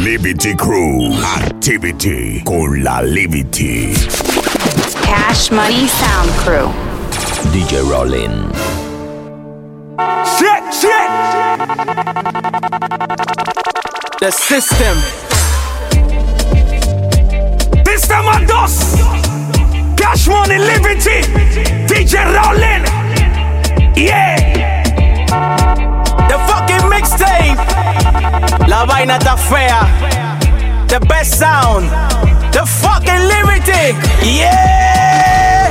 Liberty Crew. Activity con la Liberty. Cash Money Sound Crew. DJ Rollin. Shit, shit. The system. Sistema 2. Cash Money Liberty. DJ Rollin. Yeah. The fucking mixtape. La vaina está fea. The best sound. The fucking Liberty. Yeah.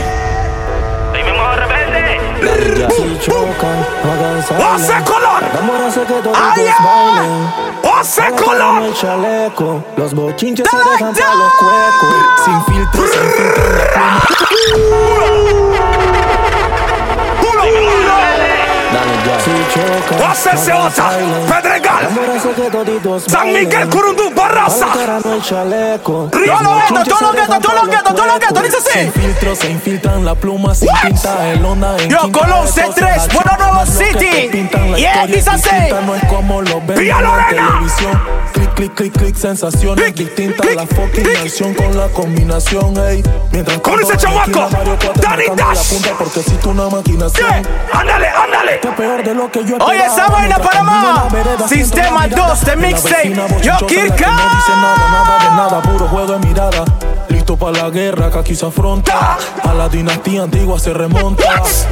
Soy mi mejor rebelde. Si chocan, no hagan Once salen. color. Enamorarse que todos ¡Oh, Ay, ah! bailen. Once Colón. color. el chaleco. Los bochinches se Dale, dejan para dale. los cuecos. Sin filtro, sin filtro. Dale ya. Si chocan, Once Ceota. Pedregal. Enamorarse que toditos San Miguel bailen. Curundú Barraza. Alteran el chaleco. Río Los Loreto, bochinches todo se lo que está, dejan todo pa' lo que está, los todo lo que está, dice cuecos. así. Sin filtro, se infiltran la pluma, sin What? pinta el onda en Yo, quinta Colón, de cosas, C3, Bueno, Nuevo la chica más loca City. que pintan la Yeah, historia dice así. distinta, No es como los ven Villa en la Lorena. televisión. Clic, clic, clic, clic, sensaciones Clic, distintas. clic, la fucking clic. acción con la combinación, ey. Mientras ¿Cómo tanto, dice en la esquina, chamaco? varios cuates Daddy marcando la Dash. punta, Porque si tú una maquinación. Yeah. Ándale, ándale. Fue peor de lo que yo Oye, esperaba. esa vaina Mientras para más. camino en la vereda, Sistema siento la 2 de mirada la mixtape. vecina Yo, bochinchosa, Kid la que No dice Cam. nada, nada de nada, puro juego de mirada. Listo para la guerra que aquí se afronta. A la dinastía antigua se remonta.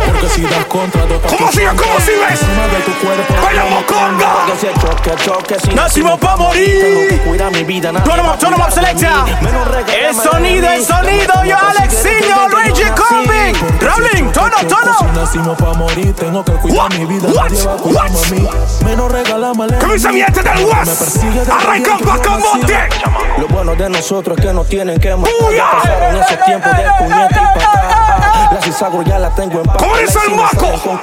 Porque si das contra, dos ¿Cómo sigue? ¿Cómo sigues? Encima de tu cuerpo. Baila moconga. Que se choque, choque. Si Nacimos pa' morir. Cuida mi vida, nada. Turn 'em up, turn 'em up, selecta. Menos reggae, El más sonido, el enemigos. sonido. Yo, Alexiño, Luigi Combi. Rolling, tono, Si tono. nacimos pa' morir, tengo que What? cuidar mi vida. What? nadie va a cuidarme What? a mí. Menos regalame al ¿Qué dice mi gente este del enemigo. West? Me persigue desde Arrancan tiempo, pa' yo nací. Camote. Lo bueno de nosotros es que no tienen que matar. ¡Buya! Ya pasaron esos tiempos de puñete y patada. La cizago ya la tengo en paz. ¿Cómo dice el maco?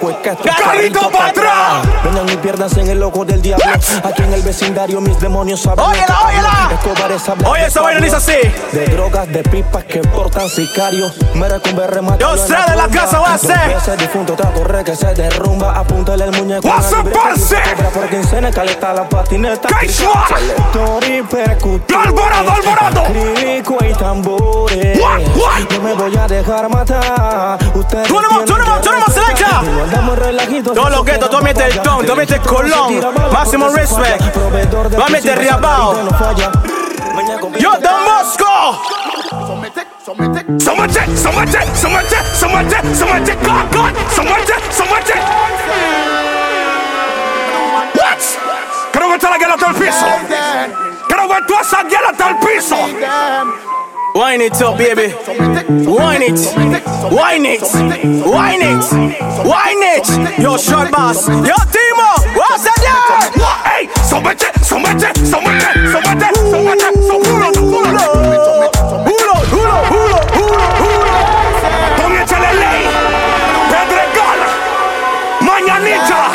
¡Carrito pa' atrás! Vengan y pierdas en el ojo del diablo. Aquí en el vecindario mis demonios saben. Óyela, lo que hablo. óyela. Escobar es hablar Oye, de esa vaina Pablo. dice así. De drogas, de pipas que portan sicarios. Mira con ver remate. Yo sé de la casa, voy a hacer. Ese difunto está corre que se derrumba. Apúntale el muñeco. What's up, parce? Cobra por quincena, caleta la patineta. Quechua. Selector y percutor. ¡Alborado, alborado! Crico y tambores. What, what? No me voy a dejar matar. Ustedes Turn 'em up, tienen turn 'em up, que turn 'em up, respetar. selecta. Cuando andamos relajitos, Todo lo eso que esto, tú no metes el falla. ton, tú metes Todo se Colón. tira bala, Máximo porque se falla. respect. Proveedor de Va a meter principios, riabao. la vida no falla. Mañana con- Yo, Don Mosco. Somate, somate, somate, somate, somate, God, God, somate, somate. What? Quiero ver a la guerra hasta el piso. Quiero ver toda esa guerra hasta el piso. Wine it up, baby. Wine it. Wine it. Wine it. Wine it. Yo, short boss. Yo, Timo. What's that? there? Hey, somate, somate, somate, somate, somate, Hulo, somate, hulo, somate. hulo, hulo, hulo, hulo, hulo. Con échale ley. Pedregal. Mañanita.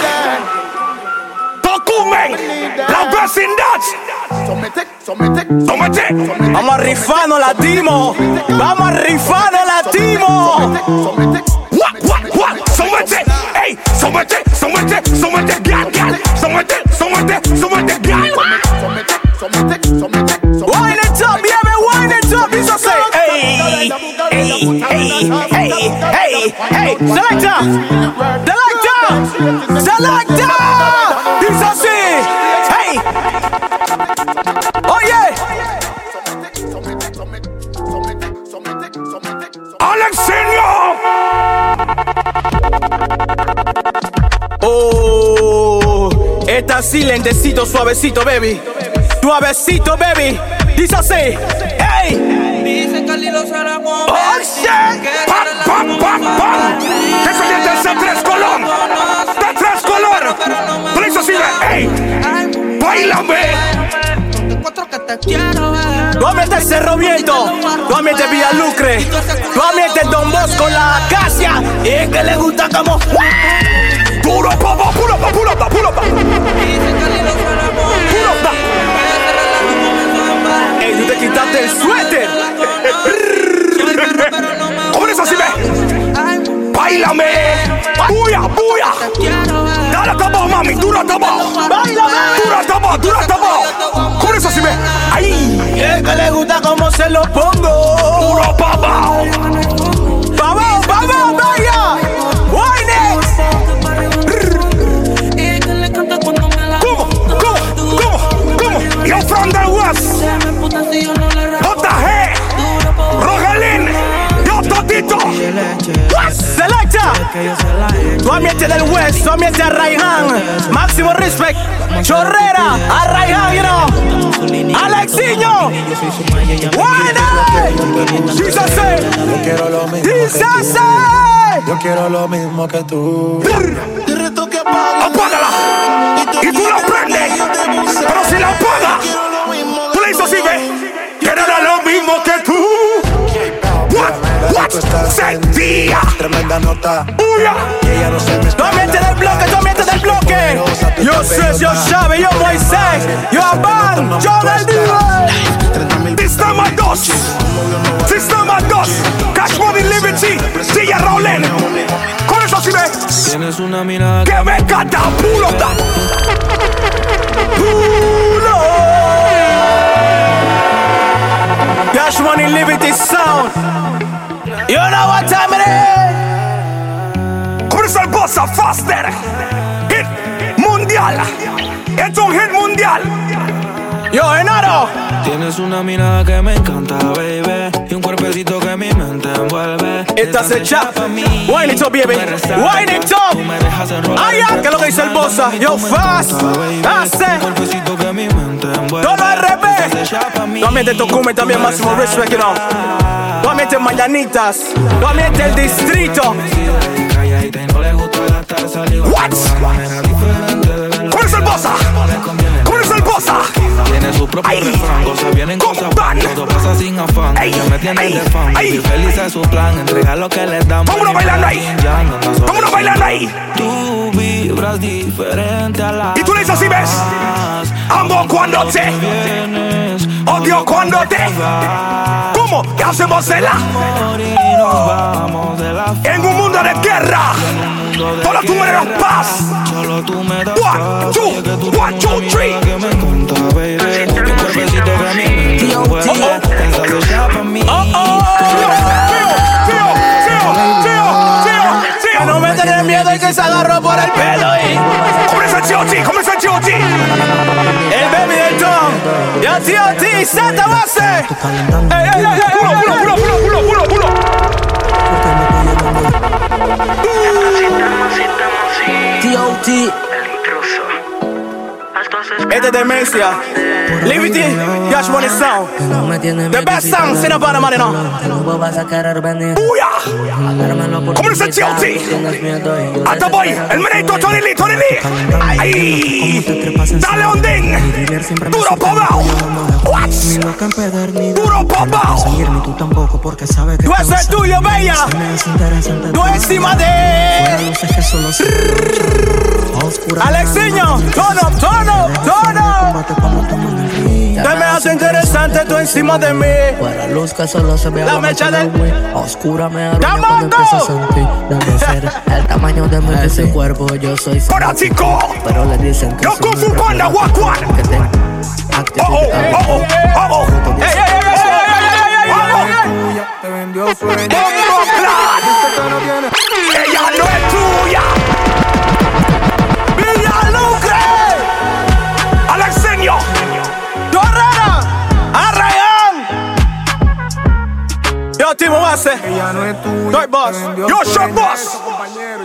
Tocumen. La vecindad. Somate. Vamos a rifarnos la Timo. Vamos a rifarnos la Timo. What, what, what? Somete, hey, somete, somete, somete, gal, gal, somete, somete, somete, gal. Wine it up, baby. Wine it up. This is say. Hey, hey, hey, hey, hey, hey. Selector. Selector. Selector. This is say. Hey. Oh yeah. Alexinho, Oh, está así lentecito, suavecito, baby. Suavecito, baby. Dice así. Hey. Dice Carlilo Saragón. oh shit, pam, pam, pam, pam. Que se viene ese tres colón, de tres color. Tú le dices así, ve, hey, bailame. Encuentro que te quiero ver. Tú ambiente Cerro Viento, tú ambiente Villa Lucre, tú ambiente Don Bosco, la Acacia, y es que le gusta como... Puro popo, puro popo, puro popo, puro popo, Dice Carlilo Saragón. puro popo. Ey, tú te quitaste el suéter. ¿Cómo dice así, ve? Bailame, buya, buya. Dale tambor, mami, dura tambor. Bailame. Dura tambor, dura tambor. ¿Cómo dice así, ve? lo pongo. Puro pa' abajo. ¡Vamos, vamos, vaya! ¡Wine! Ella le canta cuando me la ¿Cómo? ¿Cómo? ¿Cómo? ¿Cómo? Yo from the west. Se me puta si yo no le respondo. JG. Duro por Rogelín. Yo totito. Selecta. Tu ambiente este del West, tu ambiente Arraihan. Máximo respect. Chorrera, Arraihan, you know. Alexiño. ¡Wine! Jesus say. Yo quiero lo mismo Jesus que tú. say. Yo quiero lo mismo que tú. Te reto que apagues Apágala. Y tú la prendes. Pero si la apagas, tú le dices así, ve. Que no era lo mismo que tú. What? What? Sentía. Tremenda nota. Uya. Que ella no se me Tu ambiente este del bloque, tu ambiente del bloque. Yo sé, yo sabe, yo Moisés. Yo Abán, yo del Divo. Sistema 2. Sistema 2. Cash Money Liberty. DJ Rowland. Con eso sí ve. Tienes una mirada que me catapulta. Pulo. Dash Money Liberty Sound. You know what time it is? Crystal Bossa Faster. Hit mundial. Es un hit mundial. Yo, Enaro. Tienes una mirada que me encanta, baby Y un cuerpecito que mi mente envuelve Estás Estás hecha hecha pa' mí. Wind it up, baby. Tú me resaltas, Wind it up. tú me dejas enrolar. Ay, ya, que lo que hizo el bossa. Tú Yo, me fast. encanta, baby. Hace. Un cuerpecito que mi mente envuelve. Todo al Estás revés. hecha pa' mí. Tu ambiente Tocumen también Tú me máximo respect, you know. Tu ambiente Mañanitas. Tu ambiente El Distrito. What? Crystal Bossa. Crystal Bossa. Tiene su propio Ay. refrán, cosas vienen, Con cosas pan. van, todo pasa sin afán. Ey, Ella me tiene ey, de fan, ey. y feliz es su plan, entrega lo que les damos. Vámonos bailando ahí. Ya no nos Vámonos bailando ahí. Tú vibras diferente a la. Y tú le dices así, ¿ves? Amo cuando te Vienes odio cuando te. ¿Cómo? ¿Qué hacemos en la? y nos vamos de la f- En un mundo de guerra. de Solo tú me das guerra. paz. Solo tú me das One, paz. two, Oye, que tú one, tienes two, una three. mirada que me encanta, baby. Tu cuerpecito que a mí me envuelve. Estás hecha pa' mí. Tío, tío, tío, tío, Que tío. no me tenés miedo y que se agarró por el pelo. Y Come se GOT, come se GOT. el baby del Tom. Yo, tío, ti, Santa Base. Ey, ey, ey, ey, Pulo, pulo, ey, pulo, pulo, pulo, pulo, pulo. ey. Este es Demencia. Liberty, Dash Money Sound. Me tiene The best song, sin about money now. No vas a querer venir. Buya. Dármelo por Come se GOT. Hasta voy, el menito Tony Lee, Tony Lee. Ahí. Dale un ding. Duro pa' abajo. What? Nunca empedernido. Duro pa' abajo. Ni tú tampoco, porque sabes que. Tú eso es tuyo, bella. Me es interesante. Tú encima de No sé que solo sé. A oscuras. Alexiño, tono, tono, tono. Combate como tú en el ring. Te me hace interesante tú encima de mí. Fuera luz que solo se ve La a mecha noche del- de mí. A Oscura me arruina ¡Llamando! cuando empiezo a sentir Debe ser el tamaño de mi ese cuerpo Yo soy Ahora, chico. pero le dicen que Yo soy Kung Fu un Panda, Wak Wak. que tengo Oh, oh, actitud oh, oh, oh, oh. Ey, ey, ey, ey, ey, ey, ey, ey, ey, ey. Te vendió sueño. Pongo plan. Ella no es tuya. Villalucre, Alexeño. Torrera, Arrayán. Yo, Timo Base, Ella no es tuya. Soy boss. te vendió Yo soy sueño. boss.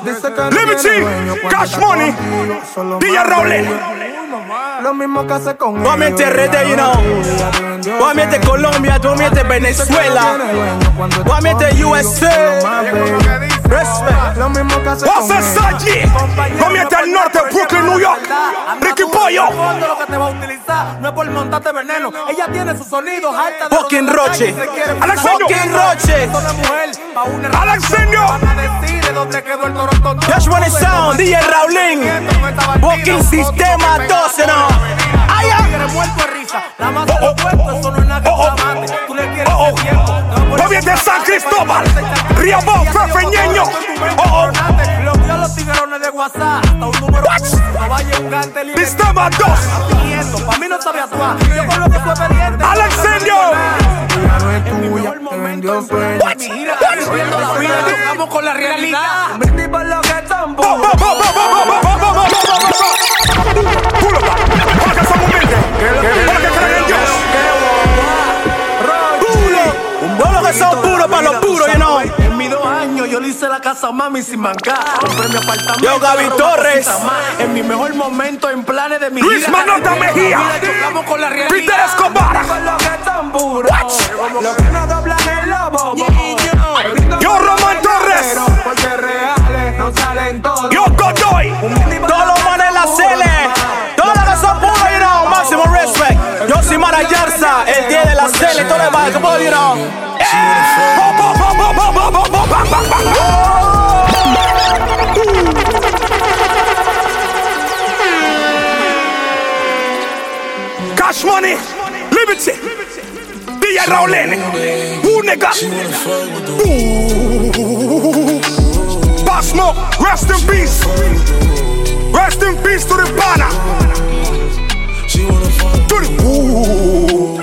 Dice que no Liberty, tiene dueño cuando Cash está Money, contigo, solo DJ manda Rowland. ella. Lo mismo que hace con tu ambiente ellos, RD, you ella no know. es tuya, te vendió Tu ambiente sueño. Colombia, tu ambiente Dice que no tiene Venezuela, dueño cuando tu está ambiente contigo, solo USA. más baby. Respect. Lo mismo que hace José con ella. Salle, comiente al norte, Brooklyn, New York. Ricky Pollo. lo que te va a utilizar no es por montarte veneno. Ella tiene sus sonidos alta de Fucking Roche, Alexeño. fucking Roche. una mujer pa' una Alexeño. Van a decir de dónde quedó el Toronto. Dash Money Sound, DJ Raulín. Fucking Sistema 12, no. Ay, ay. Tigre muerto de risa. La más Oh, oh, de muerto, eso no es nada que oh, te oh. mate. Tú le quieres Oh, oh. hacer tiempo. Te voy a poner- Comiente en San Cristóbal, Río Bau, Frafeñeño. Oh, oh. Bloqueó a los tiguerones de WhatsApp hasta un número What? uno. Caballo gigante, libre. Sistema 2. Pa' mí no sabe actuar. Yo con lo que fue pendiente. Alexeño. Alexeño mano es tuya. Te vendió sueño. Mira, viviendo la vida, tocamos con la realidad. Un brindis por lo que están Vamos, vamos, vamos, vamos, vamos, vamos, vamos, vamos, vamos. Tú lo vas. Porque somos humildes. Porque creen en Dios. Puro. Todos los que son puros para los puros, you know. En mis dos años yo le hice la casa a mami sin mancar. Compré mi apartamento. Yo, Gaby pero una Torres. cosita más. En mi mejor momento, en planes de mi Luis vida. Viviendo Manota la Mejía. vida, Chocamos con la realidad. Peter Escobar. Con lo que están puros. What? Lo que no doblan el lobo. Yo, Román Torres. Porque reales no salen todos. Yo, Godoy. Todos los manes en la cele. Todos los que son puros, you know. Máximo respect. Yo soy Mara Yarza, el 10 de la cele. Todo el basketball, you know. Eh, Vamos, vamos, vamos, vamos, vamos, vamos, vamos, vamos. Cash Money. Liberty. DJ Raulene. Who nigga? Ooh. Basmo, rest in peace. Rest in peace to the pana. To the ooh.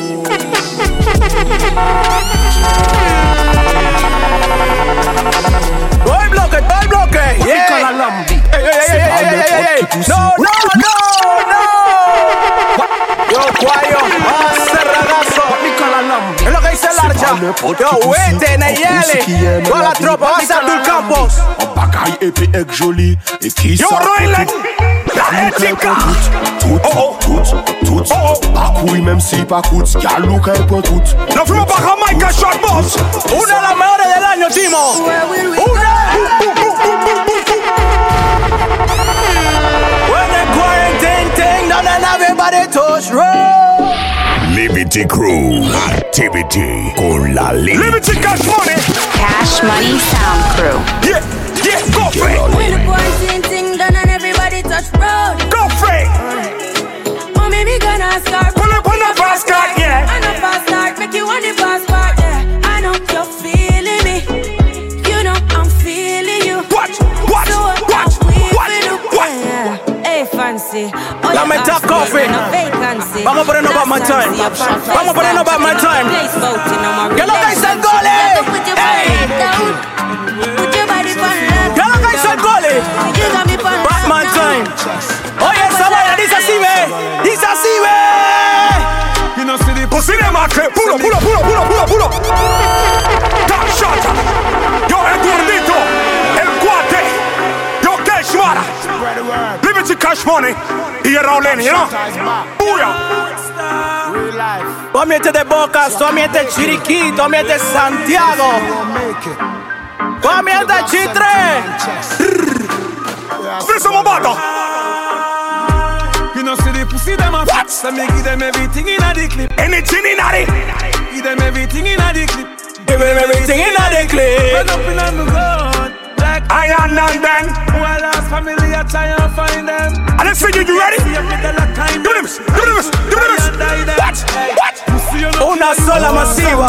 Todo el bloque, todo el bloque. Yeah. Ey, ey, ey, ey, ey, ey, ey, ey. No, no, no, no. Yo, cuayo, hace ragazo. Es lo que dice el archa. Yo, vete, Neyele. Toda la tropa, vas a Abdul Campos. En bagaille épée et jolie. Et qui Yo, ça Royland. coûte La ética. Tout, Oh, oh. tout, tout, Oh, oh. Pas couille même si pas coûte. Y'a look un peu tout. Nos fuimos para Jamaica, Short Boss. Una de las mejores del año, Chimo. Una. When the quarantine thing, none and everybody touch road. Liberty Crew Activity con la Liberty. Liberty Cash Money. Cash Money Sound Crew. Yeah, yeah, go for La it. Liberty. Go for it. Pull up on the fast card, yeah. Watch, watch, watch, watch, watch. Fancy. La meta coffee. Vamos a ponernos back my time. Vamos a ponernos back my time. ¿Qué es lo que dice el gole? Ey. ¿Qué es lo que dice el gole? Back my time. Oye, esa vaina dice así, ve. Dice así, ve. You know, see the Pussy them a clip. Pull up, pull up, pull up, pull up, pull up, pull up. Top shot. Yo, Eduardito. El cuate. Yo, Cash Mara. Liberty Cash Money. Y el Rauleni, you know? Booyah. Tú ambiente este de Boca, tú ambiente de Chiriquí, tú ambiente de Santiago. Tú ambiente de Chitre. This is my battle. You know, see the pussy them a What? flex. Let me give them everything in a the clip. Anything in a day. Give them everything in a the clip. Give me everything in the Run clip. up in on the gun. Like I am not them. who I lost family, I try and find them. And I said, you, you ready? See if it a lot time. Do this, do this, do this. What? What? See you know. Una sola masiva.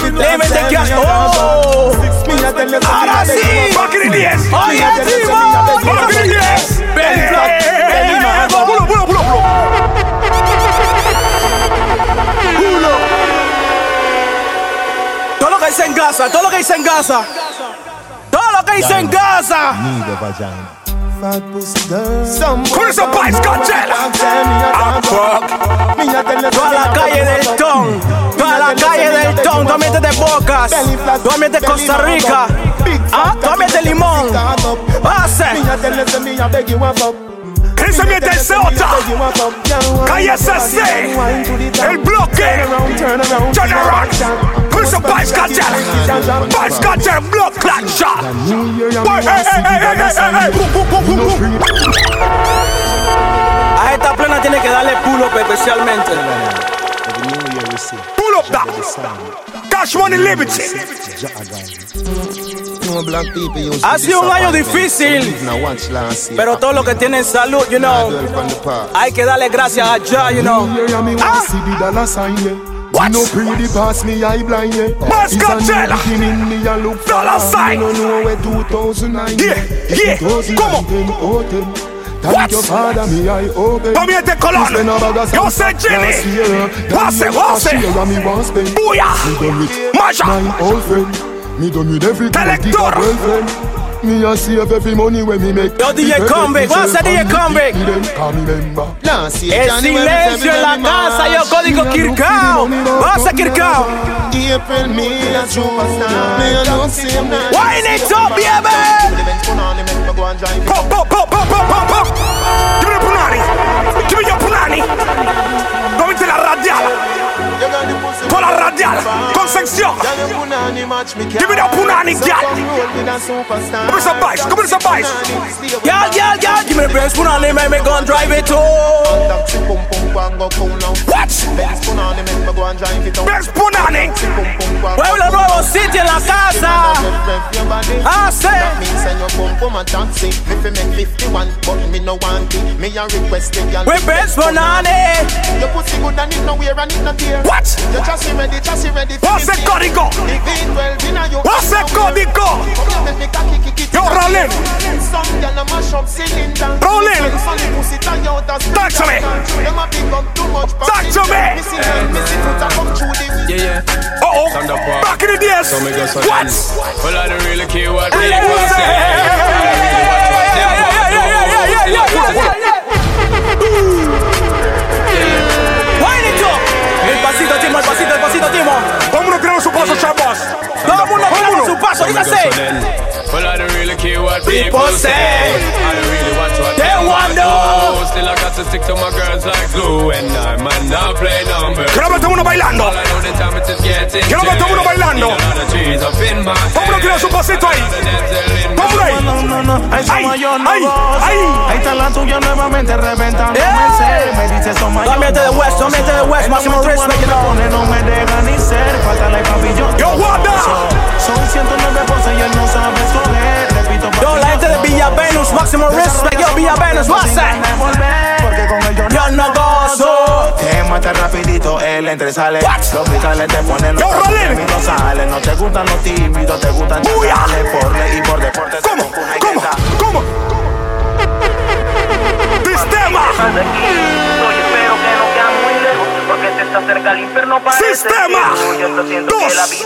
Límite que has. ¡Oh! ¡Ahora sí! Fucking idiots. ¡Oye, Timón! Fucking idiots. Belly flop, belly man. Pull up, pull up, pull up, pull up. Todo lo que dice en Gaza, todo lo que dice en Gaza. Todo lo que dice en Gaza. Put some pipes, cartel. I'm fucked. Toda la calle del Ton. Toda la calle del Ton. Tú ambiente de Bocas. Tú ambiente de Costa Rica. Ah, tú ambiente de Limón. Pase. Ese me desota. Calle CC. El bloque. Turn around. Put some pipes, cartel. Pipes, cartel. Block, clock, shot. Hey, hey, hey, hey, hey, hey, hey, hey. Boom, boom, boom, boom, boom. A esta plena tiene que darle pull up especialmente. Pull up that. Cash money liberty. Ha sido un año difícil. Pero todo lo que tienen salud, you know. Hay que darle gracias a Jah, you know. Ah. What? No pretty pass me, I blind yeah. Mas It's a new Godzilla. beginning, me a look for Dollar me sign. No know where 2009 oh, Yeah, yeah. Come on. Come on. Thank your father, me I obey. Come here, take colon. Yo, say Jimmy. What's it? What's it? Booyah. Masha. My old friend. Me done with every Collector. Me a save every money when me make. Yo, DJ Convict. What's that, DJ Convict? El silencio en la casa, yo código Kirkao. Vamos a Kirkao. Wine it up, baby. Pop, pop, pop, pop, pop, pop, pop. Give me the punani. Give me your punani. Come into la radial. Con la radial. Concepción. Give me the punani, girl. Give me some bites. Give me some bites. Y'all, y'all, y'all, give me the best one on it, man. Me gon' drive it home. What? Best punani. Pueblo Nuevo City en la casa. Ah, sí. We best one on it. Your pussy good and it no wear and it no tear. What? Your chassis ready, chassis ready. What's it, Código? The V12 inna your. What's it, Código? Come here, make me cocky, kick it. Yo, Rolling. Some gyal a mash up cylinder. Rolling. Funny pussy tie out a string. Talk to me. Them a big up too much. Talk to me. Missy head, missy foot a come through the. Yeah, yeah. Uh-oh. Stand up, walk. Back in the days. So me go so What? dance. Well, I don't really care what really Hey, comes hey, down. Wine it up. El pasito, Timo, el pasito, el pasito, Timo. Vámonos, tenemos su paso, chavos. Todo el mundo pegando su paso, So me go so dígase. dance. Well, I don't really care what people, People say. I don't really watch what They wonder. do. Still, I got to stick to my girls like glue, and I'm not play number. Quiero ver todo el mundo bailando. All I know the time it is getting Quiero ver todo el mundo serious. bailando. Need a lot of cheese up in my Todo el mundo tiene su pasito ahí. head. Vámonos ahí. No, no, no, ahí Ay, somos yo, no ay, vos. ay. Ahí está la tuya nuevamente reventando Yeah. Me dice somos yo, Cambiate de no West, vos. cambiate de West, El máximo hombre risk, cubano make it up. me pone, No me deja ni ser, faltale papi, yo Yo, Wanda. Son 109 voces y él no sabe escoger Repito, papi, Yo, la gente de no Villa gozo. Venus, máximo respect. Yo, Villa Venus, what's Sin that? ganas de volver, Porque con él yo Yo no gozo. Te mata rapidito, él entre y sale. What? Los fiscales te ponen los Yo, Rolín. y no salen. No te gustan los tímidos, te gustan Bulla. chavales por ley y por deporte. te ¿Cómo? compro una ¿Cómo? inquieta. ¿Cómo? Sistema. Sistema. Dos.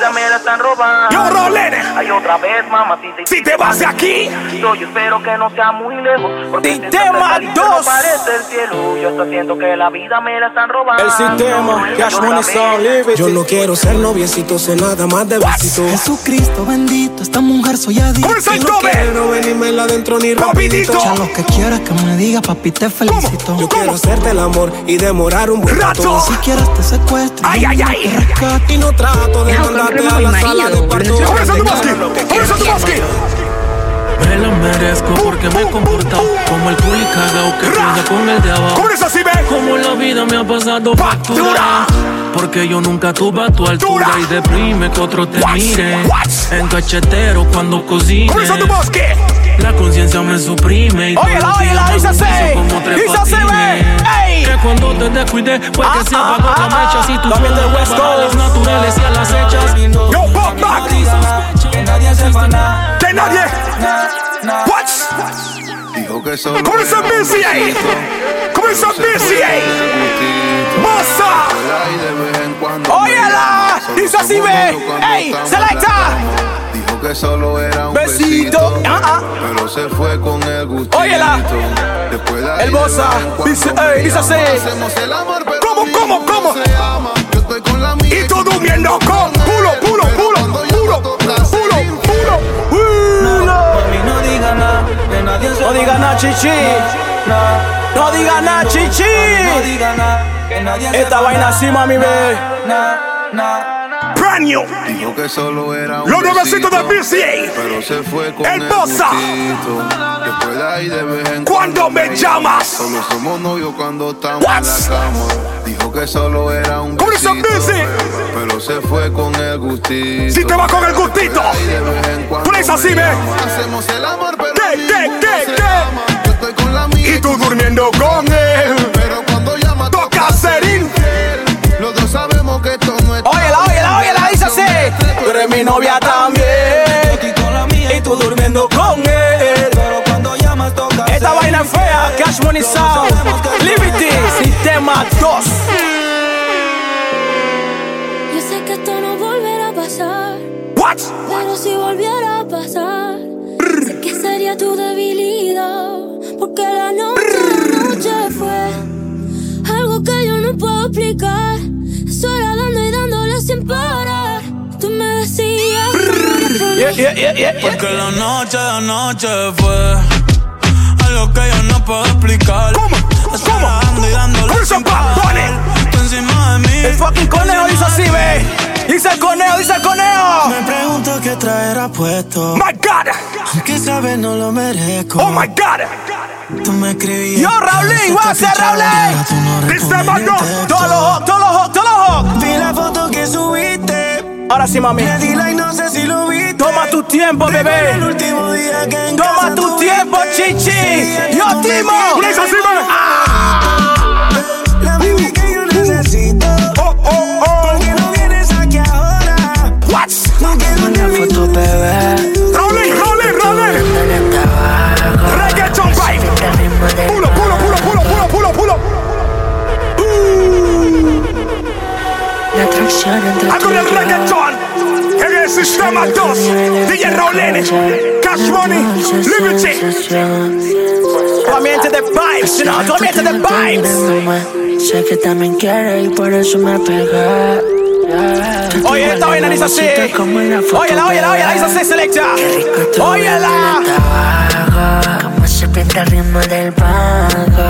Yo, Rolene. Hay otra vez, mamá, si te Si te vas de aquí, Yo espero que no sea muy lejos. Porque este Sistema satélite no dos. parece el cielo. Yo estoy siento que la vida me la están robando. El sistema, Yo cash money también. sound, live it. Yo no quiero ser noviecito, sé nada más de besito. Jesucristo bendito, esta mujer soy ¿cómo adicto. es el No tope? quiero venirme la adentro ni rapidito. Rapidito. Echa lo que quieras que me diga, papi, te felicito. Yo Yo quiero hacerte el amor y demorar un buen Rato. rato. Si quieres te secuestro. Ay, ay, ay. Te rescato. Y no trato de Deja mandarte encontrarme a a la mi sala de marido, parto. pero Ahora Sandowski. Ahora Sandowski. Me la merezco porque me he comportado como el culi cagao que anda con el de abajo. ¿Cómo es así, ve? Como la vida me ha pasado Factura. factura. Porque yo nunca tuve a tu altura Dura. y deprime que otro te What? mire. What? En cachetero cuando cocine. ¿Cómo es Sandowski? La conciencia me suprime y Óyela, todo el día óyela, me dice agudizo así, como tres dice así, ve, patines. ey. Que cuando te descuidé fue Ah, que se ah, apagó ah, la mecha. Si tú también del vas West para Coast. las naturales y a las hechas. Yo, Bob Back. Que nadie sepa nada. Que nadie. What? ¿Cómo es el busy ahí? ¿Cómo es el busy ahí? Massa. Óyela, dice así, ve. Ey, selecta. Dijo que solo era un Besito. besito, Ah, ah. pero se fue con el gusto. Óyela. Después de ahí El de bossa. vez en cuando Dice, me ey, dice así. llama. Hacemos el amor, pero ¿Cómo, ni cómo, uno cómo? se ama. Yo estoy con la mía Y tú durmiendo con nadie, pulo, pulo, pero pulo, cuando yo pulo, toco, pulo, nace pulo, limpio. Uno. Mami, no diga nada. Que nadie sepa No diga nada, chichi. nada. No diga nada, No chichi. diga nada. Que nadie Esta vaina así, mami, ve. Na, na, Brand new. Dijo que solo era un Los nuevecitos besito, de BCA. pero se fue con El el, bossa. gustito. Después de ahí de vez en Cuando me llamas. Solo somos novios cuando estamos What? en la cama. Dijo que solo era un ¿Cómo dice besito, Busy? pero se fue con el gustito. Si te vas con el gustito. Ay, de vez en cuando Tú eres así, me ¿ve? llama. Hacemos el amor, pero ¿Qué, ni qué, uno qué, se qué? ama. Yo estoy con la mía, Y tú durmiendo con él. pero cuando llama Toca ser infiel. Los dos sabemos que esto no es Óyela, óyela, óyela, dice así. Tú eres mi novia también. y con la mía. Y tú durmiendo con él. Pero cuando llamas toca. Esta ser vaina bien fea. Cash Money Sound. Liberty, sistema 2. Yo sé que esto no volverá a pasar. What? Pero si volviera a pasar, sé que sería tu debilidad. Porque la noche, la noche fue algo que yo no puedo explicar. Eso era dando y dándole sin parar. Tú me decías. Yeah, yeah, yeah, yeah, yeah. Porque la noche de anoche fue algo que yo no puedo explicar. ¿Cómo? ¿Cómo? Dando y dándole Wilson sin parar. Papone. Tú encima de mí. El fucking conejo dice así, ve. Dice el conejo, dice el conejo. Me pregunto qué traerá puesto. My God. Aunque sabes no lo merezco. Oh my God. Tú me escribías. Yo, Raulín, voy a ser Raulín. Sistema 2. Todos los ojos, todos los ojos, todos los ojos. Vi la foto que subiste. Ahora sí, mami. Le di like, no sé si lo viste. Toma tu tiempo, Recuerdo bebé. el último día que en Toma casa tu tuviste. tiempo, chichi. Día que Yo, no me Timo. tienes. Lisa, sí, mami. La baby que yo necesito. Oh, oh, oh. Que no vienes aquí ahora. What? No quiero ni Fue minuto. tu bebé. Raulín, Raulín, Raulín. dándole tabaco. Reggaeton vibe. Te mismo de Pull up, pull up, pull up, pull up, pull up, pull up, pull up. Ooh. la atracción entre tú Hago y el yo. reggaeton en el sistema 2. DJ Raulín, Cash Money, Dulce Liberty. sensación. Tú miente de vibes, you know, tú Tú miente de también quieres, este vibes. mamá. Sé que también quieres y por eso me pegas. Tú Oye, igual esta de vaina dice así. mamacita como en la foto, Óyela, óyela, bebé. óyela, dice así, selecta. Qué rico tu Óyela. bailando el tabaco. Cómo se pinta el ritmo del banco.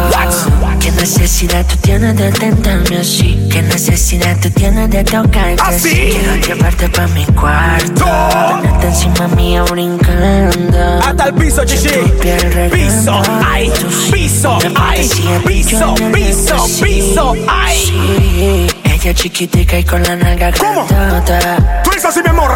Qué necesidad tú tienes de tentarme así. Qué necesidad tú tienes de tocarte Así. Quiero llevarte pa' mi cuarto. No. Ponerte encima mía brincando. Hasta el piso, chichi. Piso, ay, piso, ay, piso, piso, piso, ay. Sí, Ella chiquitica y con la nalga ¿Cómo? grandota. Tú eres así, mi amor.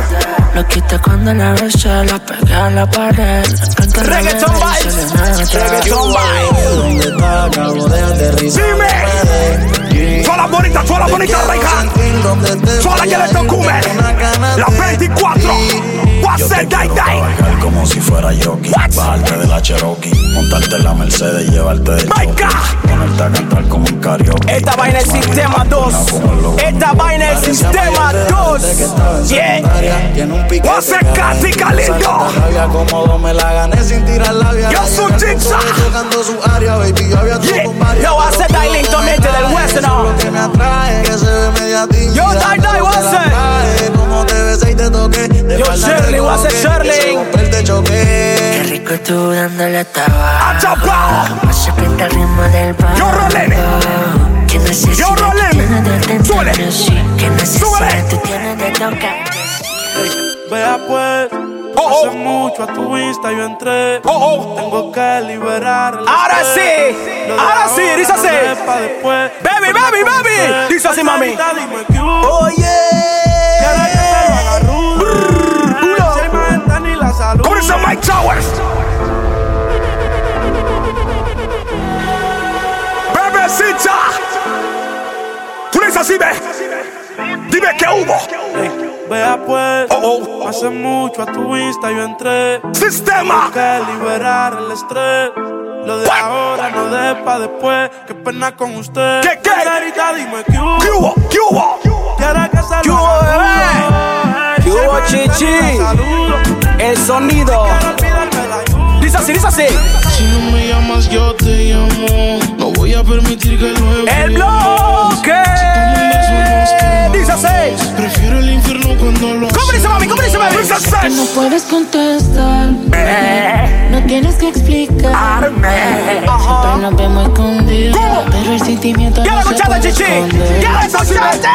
Lo quita cuando la besa, la pega a la pared. Le encanta la Reggaeton nena y vibes. se le nota. Reggaeton vibes. ¿Dónde está? Acabo de aterrizar. Dime. Toda la bonita, toda la bonita reja. Sola que le tocume. La 24. Yo What's te it, day, quiero day? cabalgar como si fuera jockey What? Bajarte de la Cherokee Montarte en la Mercedes y llevarte de My jockey. God. Ponerte a cantar como un karaoke Esta vaina es sistema 2. Esta vaina es sistema 2. Yeah. Tiene un piquete. What's it, Cati, Calindo? Había cómodo, me la gané sin tirar labia. Yo La soy llegué al Jinza. control, Tocando su área, baby, yo había Yeah. todo con varias, Yo, ah. pero hace tú no Dailin, me tomate del atraes, Western, eso es ¿no? lo que me atrae, que se ve media tímida, Yo, Dai, Dai, pero te what's la it? trae, Como te besé y te toqué. de Yo, espalda te Shirley, what's it, coloqué, Shirley? ese bumper te Qué choqué. rico tú dándole tabaco. Achapao. Cómo se pinta el ritmo del banco. Yo, Rolene. Qué necesidad Yo, tú Rolene. tienes de Súbele. tentarme así. Qué Súbele. necesidad tú tienes de tocarte Vea pues, Oh, oh. hace mucho a tu Insta yo entré. Oh, oh. Tengo que liberar el Ahora estrés. sí, Lo de ahora sí, dice así. no es pa' después. Baby, baby, baby. Dice así, mami. Margarita, dime qué hubo. Oye. Quiero que te lo agarro. Si hay más gente, ni la salud. Con ese Mike Towers. Bebecita. Tú eres así, ve. Dime qué hubo. Vea pues, Oh, oh. hace mucho a tu Insta yo entré. Sistema. que liberar el estrés. Lo de What? ahora no de pa' después. Qué pena con usted. ¿Qué, qué? Señorita, dime qué hubo. ¿Qué hubo? ¿Qué hubo? Quiero que se ¿Qué lo hubo, haga. bebé? ¿Qué Si hubo, me entra, chichi? ni la saludo. El sonido. Quiero olvidarme la ayuda. Dice así, dice así. Si no me llamas, yo te llamo. No voy a permitir que luego. El bloque. Eh, Dice así. Prefiero el infierno cuando lo ¿Cómo dice mami? ¿Cómo dice mami? Dice No así. Eh. puedes contestar, no tienes que explicar. Siempre nos vemos escondidos, ¿Cómo? pero el sentimiento ¿Qué la no se escuchaste, puede chichi? esconder. ¿Qué la escuchaste?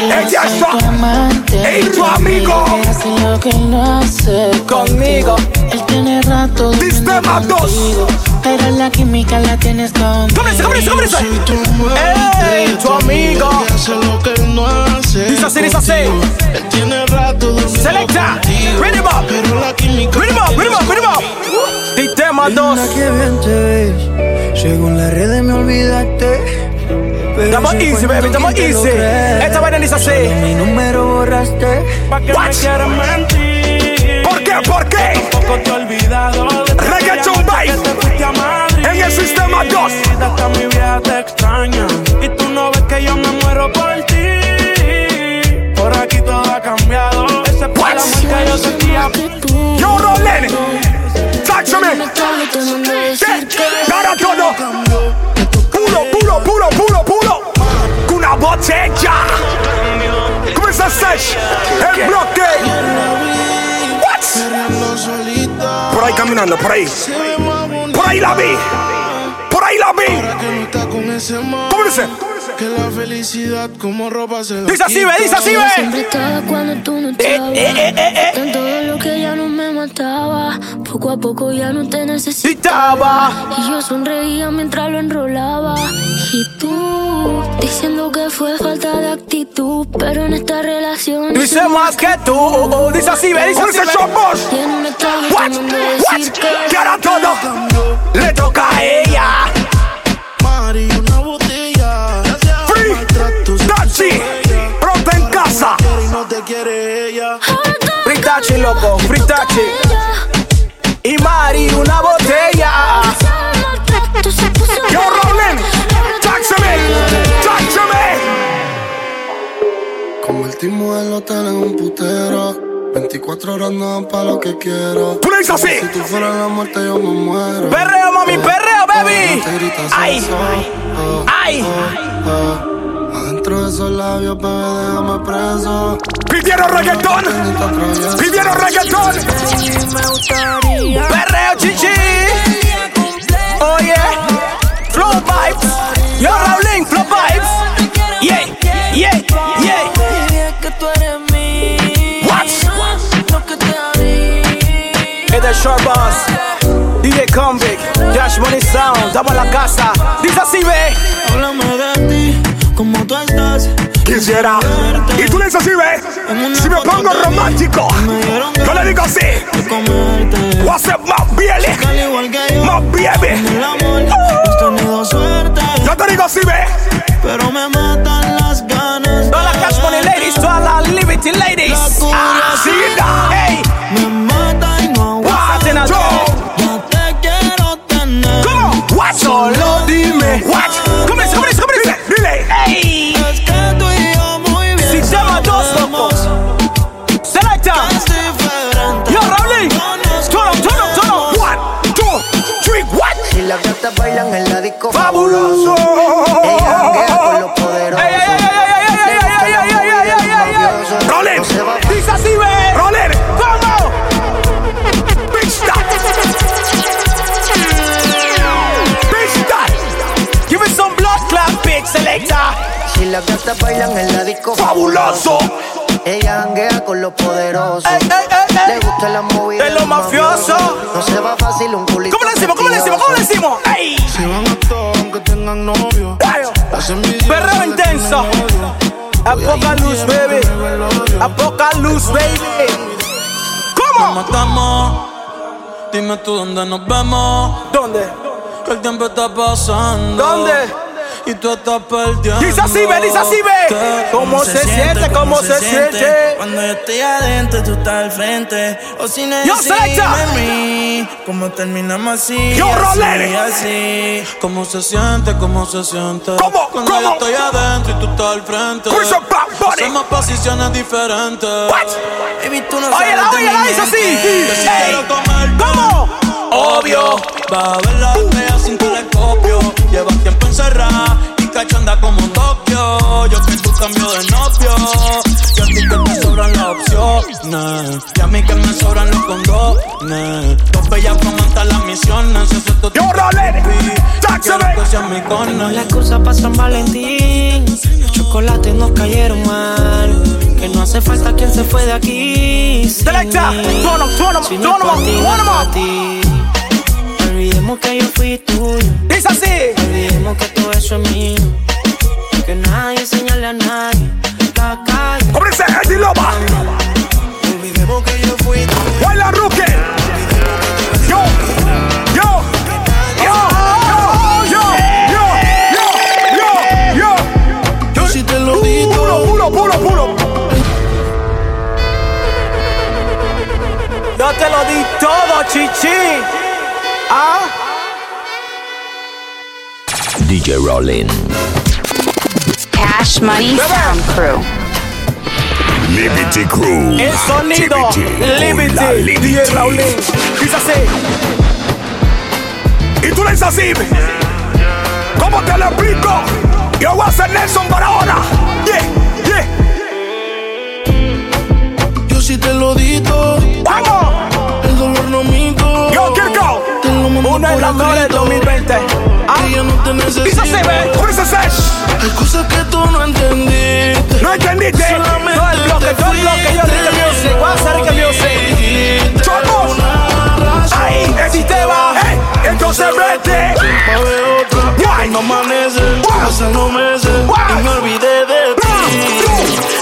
Ella Ella soy es tu amante, Ey, tu conmigo amigo. que hace lo que no hace Conmigo. Él tiene rato durmiendo Sistema dos. contigo, pero la química la tienes conmigo. ¿Cómo dice? ¿Cómo dice? ¿Cómo dice? tu Ey, tu amigo. que hace lo que él no hace. Dice así, dice así. contigo. Él tiene rato durmiendo Selecta. contigo, Read him up. Pero la química. Read him la up, read him tienes up, read him up. Sistema Linda, 2. qué bien te ves. Según las redes me olvidaste. Pero Estamos ese easy, cuento, baby, estamos ¿quién te lo easy. cree? Esta vaina dice así. Solo Mi número borraste. Pa' que What? me quieras mentir. ¿Por qué? ¿Por qué? Tampoco te he olvidado. de Reggaeton aquella noche Vibe. que te fuiste a Madrid. En el el sistema 2. Hasta mi vieja te extraña. Y tú no ves que yo me muero por ti. Por aquí todo ha cambiado. Ese por la marca yo sentía. Yo, Rolen. Sáchame. Para todo. Puro, puro, puro, puro, puro. Con una botella. ¿Cómo se hace? El bloque. Por ahí caminando, por ahí. Por ahí la vi. Por ahí la vi. ¿Cómo dice? Que la felicidad como ropa se Dice así, ve, dice así, ve. Siempre estaba cuando tú no estabas. eh, eh, eh, eh. Tanto dolor que ya no me mataba. Poco a poco ya no te necesitaba. Necesitaba. Y yo sonreía mientras lo enrolaba. Y tú, diciendo que fue falta de actitud. Pero en esta relación. Dice más que tú. Dice así, ve, dice así. Dice ve. chomos. What? What? Que ahora todo le toca a ella. Mari, una botella. Gracias a Free. maltrato, se Tachi. hizo ella. Pronto en casa. Quiere y no te quiere ella. Fritachi, loco, fritachi. Y Mari, una botella. Yo, Rolen. Táxame. Táxame. Como el timo del hotel en un putero. 24 horas no dan pa' lo que quiero. Tú le dices así. Si tú fueras la muerte, yo me muero. Perreo, mami, perreo, baby. Te gritas Ay, eso, oh, ay. oh, oh. Adentro de esos labios, bebé, déjame preso. Pidieron reggaetón. Pidieron reggaetón. Perreo, chichi. Oye. Oh, Flow vibes. Yo, Raulín, flow vibes. Yeah, yeah, yeah. Diría que tú eres mía. What? Lo que te haría. Es de Short Boss. DJ Convict. Dash Money Sound. Dame la casa. Dice así, ve. Háblame de ti, como tú estás. Quisiera. Y tú le dices así, ve. Si me pongo romántico, yo le digo así. Comerte. What's up, my Al baby? igual que yo. My baby. El amor, has tenido suerte. Yo te digo así, ve. Pero me matan las ganas. Todas las Cash Money Ladies. Todas las Liberty Ladies. Así, da. Hey. Me mata y no aguanto. Hacen así. Ya te quiero tener. ¿Cómo? What? Solo dime. What? ¿Cómo es? ¿Cómo es? ¿Cómo es? Dile, dile. Hey. Es que tú y yo muy bien. Sistema dos sabemos locos. Selecta. que es diferente. Yo, Raulín. No nos Turn up, turn up, turn up. One, two, three, what? Si las gatas bailan en la disco Fabuloso. Ella janguea con los poderosos. Ey, ey, ey, ey, ey, ey, ey, ey, ey, ey, ey, ey, ey, ey, ey. Rolen. No se va. Dice así, ve. Rolen. ¿Cómo? Big stop. Big stop. Give me some blood clap, big selecta. Si las gatas bailan en la disco Fabuloso. Ella janguea con los poderosos. Ey, ey, ey, ey. Le gusta la movida De los mafiosos. No se va fácil un culito. ¿Cómo le decimos? ¿Cómo le decimos? ¿Cómo le decimos? ¡Ey! Si van a todo, aunque tengan novio. Las envidiosas Perreo le intenso. tienen odio. A poca luz, baby. A poca luz, baby. Nos ¿Cómo? matamos. Dime tú dónde nos vemos. ¿Dónde? Que el tiempo está pasando. ¿Dónde? Y tú estás perdiendo. Dice así, ve, dice así, ve. ¿Qué? ¿Cómo se siente? ¿Cómo se siente? Cuando yo estoy adentro, tú estás al frente. O si no Yo, es selecta. mí, ¿Cómo terminamos así? Yo, así, Rolene. así. ¿Cómo se siente? ¿Cómo se siente? ¿Cómo? Cuando ¿Cómo? yo estoy adentro y tú estás al frente. Who's a bad bunny? Hacemos posiciones diferentes. What? Baby, tú no Oye, la sabes de oye, mi la dice así. mente. Yo sí Ey. quiero comer ¿Cómo? obvio. Va a ver la fea sin telescopio. Lleva tiempo encerrada y cachonda como un Tokio. Yo que tú cambio de novio. Y a ti que me sobran las opciones. Y a mí que me sobran los condones. Dos bellas comentan las misiones. Eso es todo. Yo, Rolen. Táxame. Táxame. Las cosas para San Valentín. Los chocolates nos cayeron mal. Que no hace falta quien se fue de aquí. sin Selecta. mí. Turn up, turn up, Si turn no es up, pa' ti, no turn es pa' up. ti. Olvidemos que yo fui tuyo. Dice así. Olvidemos que todo eso es mío. Que nadie señale a nadie. La calle. ¿Cómo dice Eddie Loba? Olvidemos que yo fui tu Baila Rookie. Yo, yo, yo, yo, yo, yo, yo, yo, Yo sí te lo yo. digo. Puro, puro, puro, puro. Yo te lo di todo, chichi. ¿Ah? DJ Rolling. Cash Money Sound Crew. Liberty Crew. El sonido. Liberty. Liberty. DJ Rolling. Dice así. Y tú le dices así. ¿Cómo te lo explico? Yo voy a ser Nelson para ahora. Yeah, yeah. Yo sí te lo dito. ¡Vamos! El dolor no mito. Yo, Kirko. Te lo mando Una de las mejores 2020. Ah. Ella no te necesita. Dice Hay cosas que tú no entendiste. No entendiste. Solamente todo el bloque, te todo el bloque. Yo Ricky Music. Voy a hacer Ricky Music. ¡Chocos! Ahí, si te va. Hey, entonces vete. Pa' ver otra. Why? No amanece. Why? Pasan los meses. Why? Y me olvidé de ti.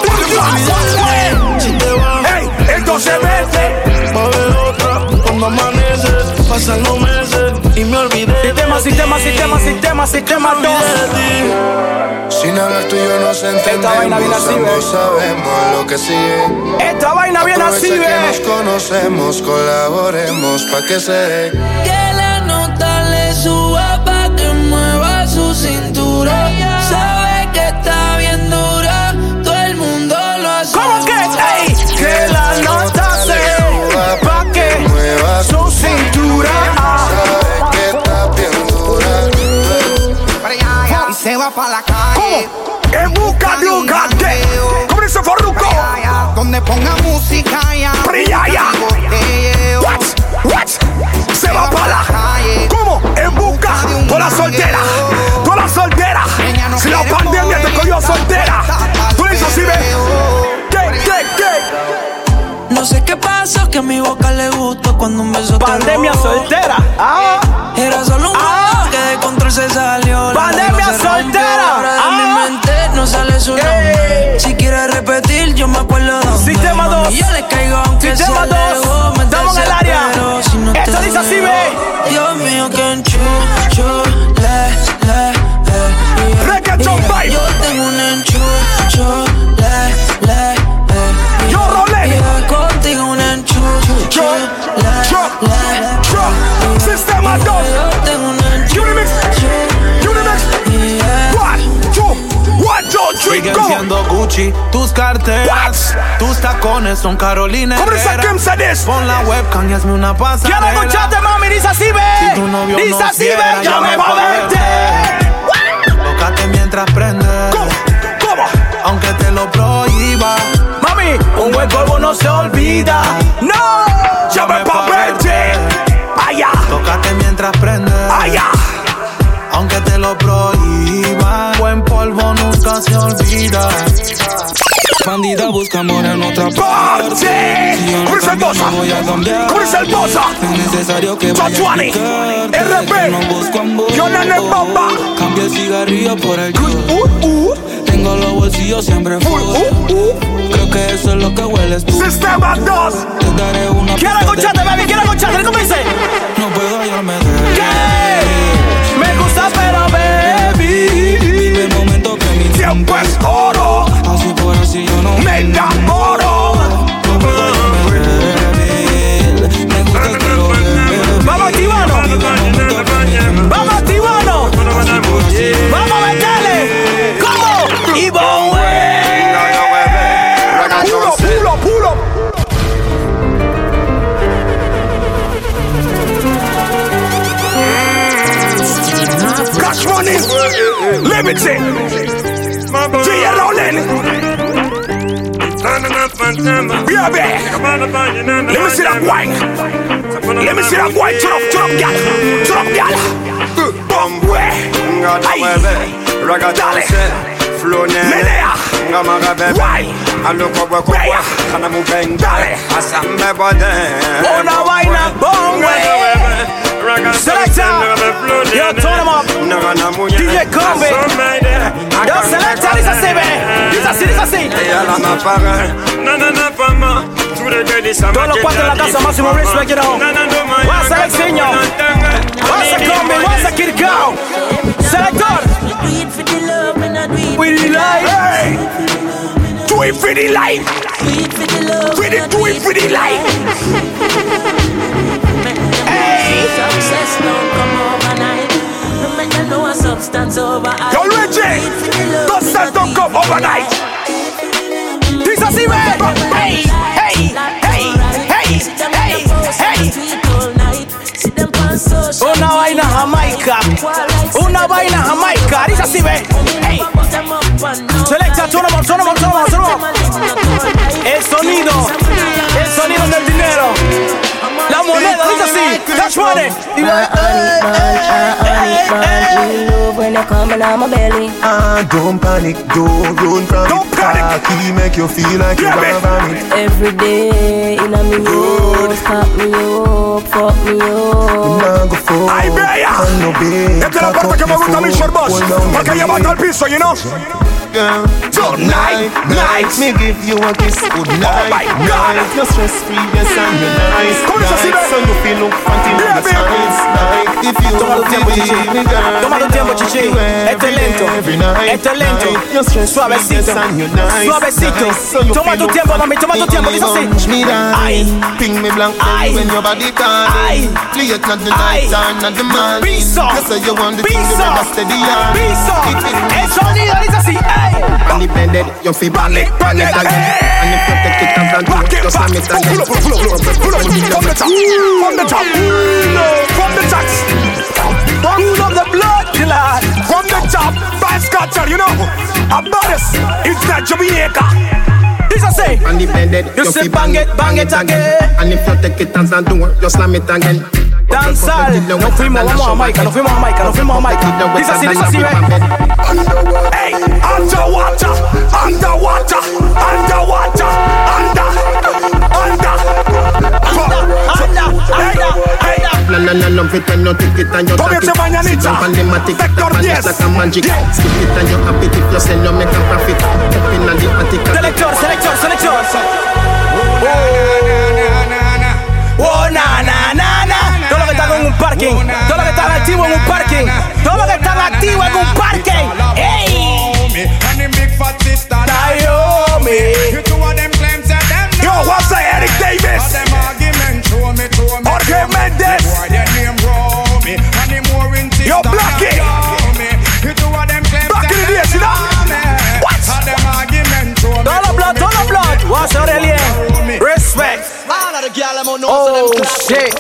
Si te vas. Hey, entonces vete. Pa' ver otra. Cuando amanece. Pasan los meses. Y me olvidé Sistema, de sistema, ti. sistema, sistema, sistema Me olvidé 2. de ti. Sin hablar tú y yo nos vaina viene entendemos, así, ambos ve. sabemos lo que sigue. Esta vaina viene así, Aprovecha que nos ve. conocemos, colaboremos pa' que se dé. Que la nota le suba pa' que mueva su cintura. Sabe que está bien dura, todo el mundo lo hace. ¿Cómo que? Ey, que la nota se. Pa' que Mueva su su cintura. Ah, sabe que está bien dura. Y se va pa' la calle. ¿Cómo? En busca de un gante. ¿Cómo dice Farruko? Donde ponga música ya. Priaya. Botelleo. What? What? Se va para la ¿Cómo? En busca de la soltera. Tú la soltera. Si la pandemia te cogió soltera. Tú le dices así, ve. ¿Qué, qué, qué? No sé qué pasó, que a mi boca le gustó cuando un beso te Pandemia robó. soltera. Ah. Era solo un Ah. juego que de control se salió. La Pandemia mano se rompió, soltera. ahora de Ah. mi mente no sale su nombre. Si quiere repetir, yo me acuerdo dónde. Sistema Mami, dos. Yo le caigo aunque Sistema sea lejos, dos. me Estamos en el área. desespero si no te Esto dice así, veo. ve. Dios mío, que enchu, chu, le, le, eh, eh. Reggaeton vibe. Yo tengo un enchu, chu, le, le, eh. Yo rolé. Viva Contigo un enchu, chu, Yo, le, yo, le, yo. Sistema 2. yo tengo un Unimix. Unimix. One, two, one, two, three, Siguen go. siendo Gucci tus carteras. What? Tus tacones son Carolina. ¿Cómo dice Herrera. Kim Sadis? Pon la webcam y hazme una pasarela. Quiero escucharte, mami. Dice así, Si tu novio ve. no Dice así, quiera, ve. Yo me voy a verte. Tócate mientras prendes. ¿Cómo? ¿Cómo? Aunque te lo prohíba. Mami, un buen polvo no se olvida. No. Ya me pa' verte. Allá, Tócate mientras prendes. allá. Aunque te lo prohíba. Buen polvo nunca se olvida. Bandida busca amor en otra Parte. ¿Cómo dice el bosa? ¿Cómo dice el bosa? Es necesario que Yo, vaya a Juani, explicarte RP, que no busco amor. yo no le papá. Cambio el cigarrillo por el yo. Uh, uh, Tengo los bolsillos siempre uh, full. uh, uh. Creo que eso es lo que hueles tú. Sistema 2. Te daré una Quiero pista de- escucharte, baby. Quiero escucharte. ¿Cómo dice? No puedo hallarme de ¿Qué? Me gusta, pero baby. Vive el momento que mi Tiempo es oro. Así por así yo no Me enamoro. No puedo hallarme de él. Me gusta que lo veas. Vamos, Tibano. Vive el momento que mi Vamos, Tibano. Vamos, metele. ¿Cómo? Y Puro, puro, puro. Cash money. Liberty. DJ Rolling. Baby. Let me see that wine. Let me see that wine. Turn up, turn up, gal. Turn up, gal. Bombe. Ay. Dale. Menea. eh. Wine. Bella. Dale. Una vaina bomba. Selecta. Yo, turn 'em up. DJ Combi. Yo, selecta. Dice así, ve. Dice así, dice así. Todos los cuatro en la casa, máximo respect, you know. What's up, Xinho? What's up, Combi? What's up, Kirkao? Selector. We like. Hey. Do it for the life. Do it, do it for the life. Success don't come overnight. No make them know a substance over. Yo, Reggie, substance don't come overnight. This is it, Hey, hey, hey, hey, hey, hey. Una vaina jamaica, una vaina jamaica, dice así, ve. Hey. Selecta, sonamos, sonamos, sonamos, sonamos. El sonido, el sonido del dinero. La moneda, dice así, cash money. My honey, my honey, love when you come in on my belly. Ah, don't panic, don't run from don't it. Panic. Cocky make you feel like you're gonna vomit. Every day in a me house, pop me up, fuck me up. Now go for ¡Ay, bella! and obey. Esta es la parte que me gusta a mí, Shortbus. Porque llevando al piso, you know. Girl, Tonight, night. me give you a kiss good night. my God. night. You're stress free, yes, and you're nice. Come on, nice. Cecilia. So you feel look fancy Yeah, on the baby. sides, night. If you Toma tu want tiempo, me, chichi. girl, Toma tu tiempo, I chichi. love you Este every lento. day, every night, Este lento. night. You're stress free, Suavecito. yes, and you're nice, Suavecito. nice. So you Toma feel tu look tiempo, mami. Toma tu fancy tiempo. on Dice the así. lunch, me dance. Ay. Ping me blank Aye. when your body Aye. turning. Play it not the night Aye. time, not the man. Piso. You say you want the thing, you Piso. rather steady on. Piso. It is El sonido, dice así. Ey. and dependent, you feel balik, balik, and you protect it and brand Rock new, it just back. a meter Oh, pull up, pull up, pull up, pull up. From the top, from the top. No, from the top. Pull up the blood clot. From the top. Vice culture, you know. About us. It's not Jamaica. Dice así. And dependent, You say bang it, bang it again. and if you take it and brand new, just slam it again. Danzal. Nos fuimos, vamos a Jamaica. Nos fuimos a Jamaica. Nos fuimos a Jamaica. Dice así, dice así, ve. Hey, underwater, underwater, underwater, under, under, Anda, anda. Hey, hey. La la la la, fit and you take it and you Come tap here, it. say mañanita. Sit down on the mat, it Vector, up and yes. it's like a magic. Yes. Skip it and you happy if you sell, you make a profit. Up in on the attic, I Selector, selector, selector. Oh, na, na, na, na. Todo lo que están en un parking. Todo lo que están activo en un parking. Todo lo que están activo en un parking. ¡Ey! And the big fat sister Naomi. You two of them claims that them Yo, know what's up, Eric All Davis? them argument show me, show me Jorge show me. Mendes. Boy, their name grow me And the more in Yo, sister block than it. show me. You two of them claims Back that in the them days, you know? know me. What? All them argument show me, Todo lo show blood, me, todo show lo me, blood. What's show me, show me. Aurelien? Respect. All of the gal I'm on no Oh, so them clap. shit.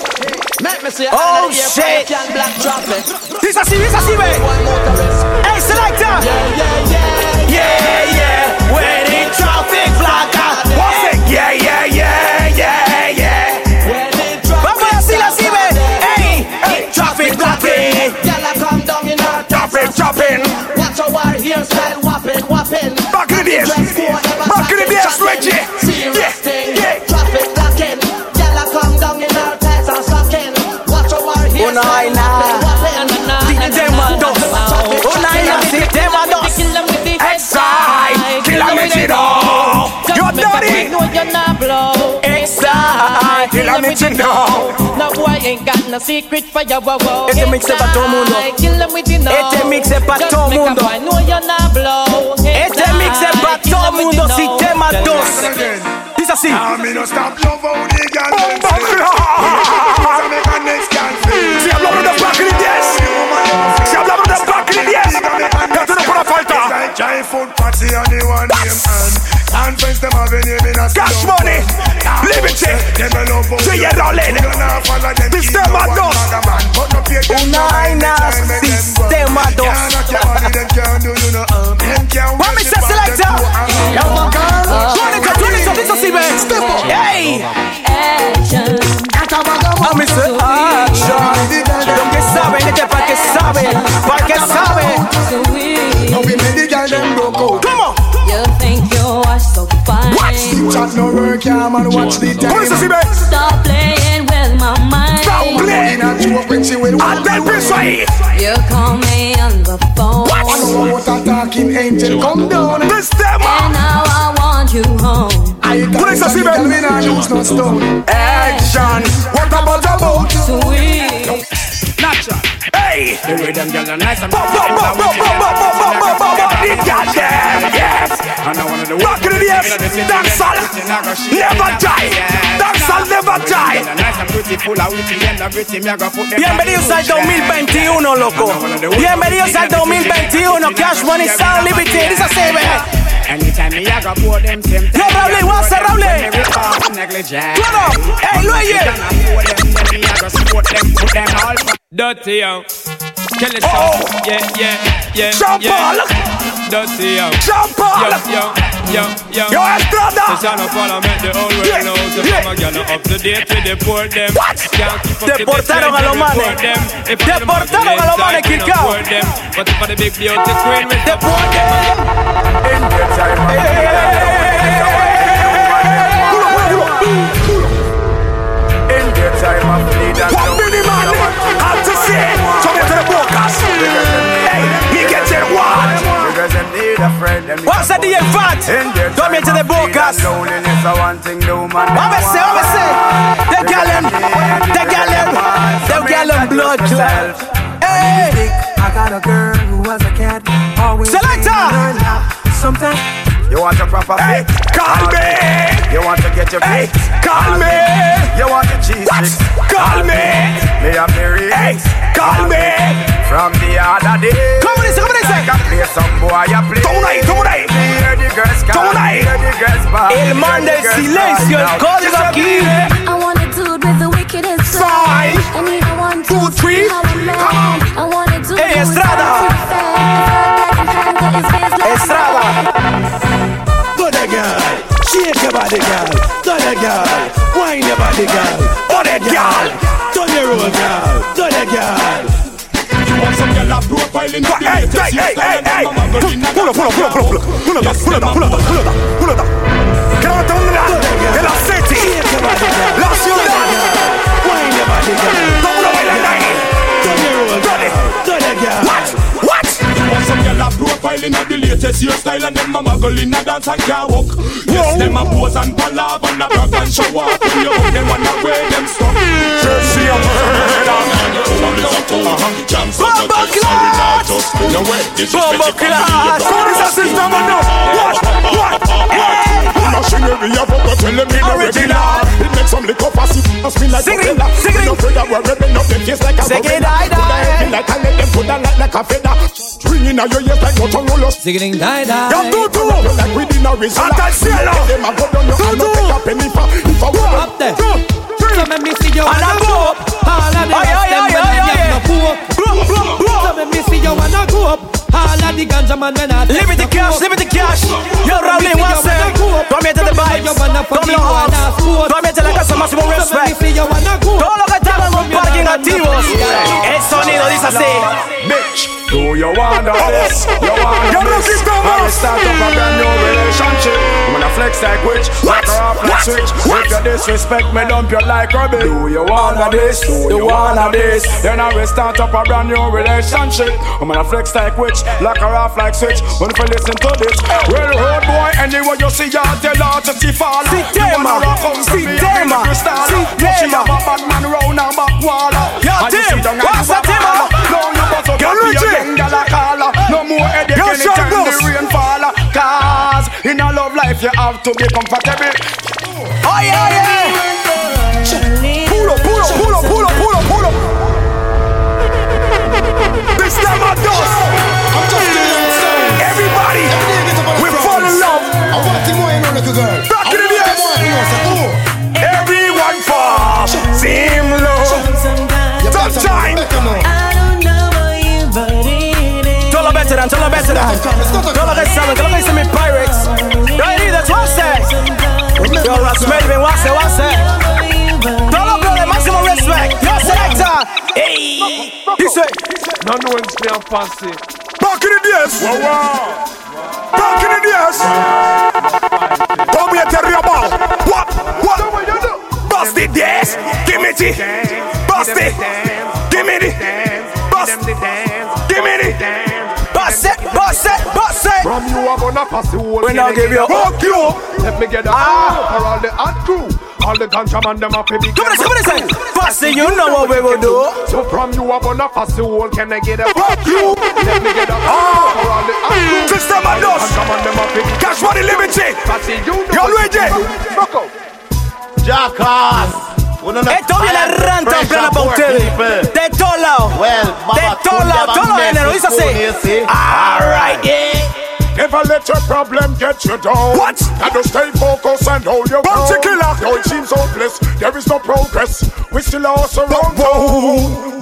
Make me see Oh, all of the shit. African black traffic. Dice así, dice así, ve. ¡Ey, selector! Yeah, yeah, Yeah, yeah. When in traffic, flaca. What's it? Yeah, yeah, yeah, yeah, yeah. yeah. When the traffic Vamos a decirlo así, stop, ve. ¡Ey! ey, Traffic, traffic. Gal I come down in her Chop it, chop it. Watch how her hairstyle whopping, whopping. Back in the days. Dress code ever Back in the tracking, days, tracking. Reggie. Serious Yeah, thing. yeah. Traffic blocking. Gal I come down in her tights and stocking. Watch how her hairstyle Una vaina. whopping, whopping. DJ Mando. Una vaina, DJ Mando. Exile, kill a mechino. You're dirty. No, you're not blow. Exile, kill a mechino. No boy ain't got no secret for your wow wow. Este mix es pa' todo mundo. Kill them with the know. Este mix es pa' Just todo make a mundo. boy know you're not blow. Este mix es para Kill todo 'em with mundo, the know. sistema Just 2. Again. Dice así. I mean, no stop love how the gal Oh, them Bomba say. clock. Cause I make a next gal feel. Si hablamos de back in the days, si hablamos de back in the days, que tú no fuera It's falta. like giant food party on the one name and conference them have a name in a Cash slum. money, Now, liberty, Them a love how J.A. you- Rowland. you don't have all of them This keep them no a one dust. bag a man. But no pay them Una no mind, aina, they try make them work. them a dust. Can't knock your body, them can't do you no harm. Them can't One worship Mr. all them Selector. two and- Yo, my girl. Tuanica, tuanica, dice así, ve. Step up. Ey. A mí se action. Lo que saben, este para que sabe, para que sabe. yeah. Now we make the girl them broke out. Come on. You think you are so fine. Chat no work, yeah, man, watch the time. Por eso sí ve. Stop playing with my mind. Don't play. In a joke when she will And then this way. You call me on the phone. Follow what a talking angel come down. This them And a now I want you home. I Por eso sí ve. Me nah use no stone. action. What about the boat? Sweet. Hey! Bop, bop, bop, bop, bop, bop, bop, bop, bop, bop, bop. The goddamn, yes. Rock in the days. Dancehall never die. Dancehall never die. full of witty and a gritty, me a go put them Bienvenidos al 2021, loco. Bienvenidos al 2021, Cash Money Sound Liberty. Dice así, ve. Anytime me a go pour them same Yo, Raulé, what's up, Raulé? negligent. What up? Hey, Luigi. Dirty yo. Tell it Oh. out. Yeah, yeah, yeah. Jump yeah. on. Dirty yo. Jump on. Yo, yo, yo, yo. Yo, Estrada. This on a follow me the whole world Yeah, knows. If yeah. I'm a girl up to date, we deport them. What? Can't keep up with the Deportaron trend, a los we manes. report them. If I'm the Deportaron a los Muslim manes, side, we Kirkao. report them. But if I'm the big beauty queen, we Deport them. One million man, hard to say. Come here to the brokers. Hey, me get it one. What's the DM fat? Come here to the brokers. What we say, what we say? The gallon, the gallon, the gallon blood clot. Hey, I got a girl who was a cat, always Selector! saying her loud. Sometimes You want a proper hey, call me. You want to get your Hey, hey, call me. You want a cheese What? sticks? Call me. Me have me rings. Hey, call me. From the other day. Come on, listen, come on, listen. Like I play some boy, I play. Tonight, tonight. Hear the girls call. Tonight. Hear the girls call. El man del silencio, el código aquí. eh, I want a dude with the wickedest soul. Five, I need a one, two, two, three. three. How a man. I want a dude Hey, who's Estrada. not too fat. If I got him hand that is his like Estrada. Good girl, shake your body, girl. Good girl, wind your body, girl. Good girl, turn your roll, girl. Good girl. Hey, hey, hey, hey, hey. Pull up, pull up, pull up, pull up, pull up, pull up, pull up, pull up, pull up, pull up. Levantándola de la city, la ciudad. Wind your body, girl. Todo lo bailan ahí. Turn your roll, girl. Good girl. What? What? Want some gyal a profile inna the latest hairstyle and them a muggle inna dance and can walk. Whoa. Yes, them a pose and palaver and a brag and show off. You out them wanna wear them stuff. Jersey, I'm Bomba clot. Bomba clot. Sorry, esa es la mano. What? What? Machinery a fuck but tell them in a regular. It makes some lick up a sip and spin like Sing it, umbrella. sing it. No feather we're rubbing up them face like a Sing it, die, gorilla. Put a die. head in like a lead and put a light like a feather. Ring inna your ears like button roll us. Ziggling die Don't die. do too. Like we did a result. Hasta el cielo. Them a go down your hand, no Tutu. take a penny for. If I want Up there. Some of me see you And I wanna go go up. up. All of the Aye, aye, rest aye, aye, them man a aye. have no poo up. Blow, blow, blow. Some of me see you wanna go up. All of the ganja man man a Leave it the cash, leave it the cash. Yo, Raulé, what's up? Come here to the vibes. Come to house. Come here to la casa máximo Some of me respect. see you wanna go up. Todo lo que estamos con parking activos. El sonido dice así. Bitch, do you want a this? You want Yo, a no this? sistamos. I start up a brand new relationship. When I flex like witch, What? knock her off like What? switch. What? If you disrespect me, dump you like rubbish. Do you want a this? Do you want a this? Then I will start up a brand new relationship. When I flex like witch, lock her off like switch. When you listen to this, well, road boy, anywhere you see her, tell her to see fall. See You them, wanna rock on see to me, them, I'm a crystal. see But she them. have a bad man round her back wall. Yo, And you Tim, sit down and what's you up, a Tim? baller. Down you bust up Yo, a beer, Richie. then gyal a call. No more headache Yo, anytime Sean the Bruce. rain fall. Cause in a love life you have to be comfortable. Oye, oye. Puro, puro, puro, puro, puro, puro. This time I dos. Everybody, we fall in love. Back in the air. Everyone fall. Same love. Tough time. Todo lo veteran, todo lo veteran. Todo lo que saben, todo lo que dicen mis pirates. Yo, heridas, what's up? Yo, Ross Raven, what's up, what's up? Todo lo que de máximo respect. Yo, selector. Ey. Dice. No no one's been fancy. Back in the days. Back in the days. Come here, tell me about. What? What? Bust it, yes. Give me the. Bust it. Give me the. Bust. Give me the. Bust it, bust it, bust it. From you I'm gonna pass the whole We now thing. give you up. Fuck you. Let me get a Ah. ah. for all the hot crew. All the ganja man them a be Come on, come on, Bust it, eh. you know what we will do. So from you I'm gonna pass the whole. Can I get a Fuck you. Let me get a Ah. ah for all the hot crew. This time I dos. Ganja man them a be Cash money liberty. Pass it, you know. Yo, Luigi. Fuck out. Jackass. Esto viene ranta en plena pa' ustedes. De todos lados. De todos lados, todos los géneros. Dice así. eh. Alright, yeah. Never let your problem get you down. What? Gotta stay focused and hold your ground. killer. Though it seems hopeless, there is no progress. We still are surrounded.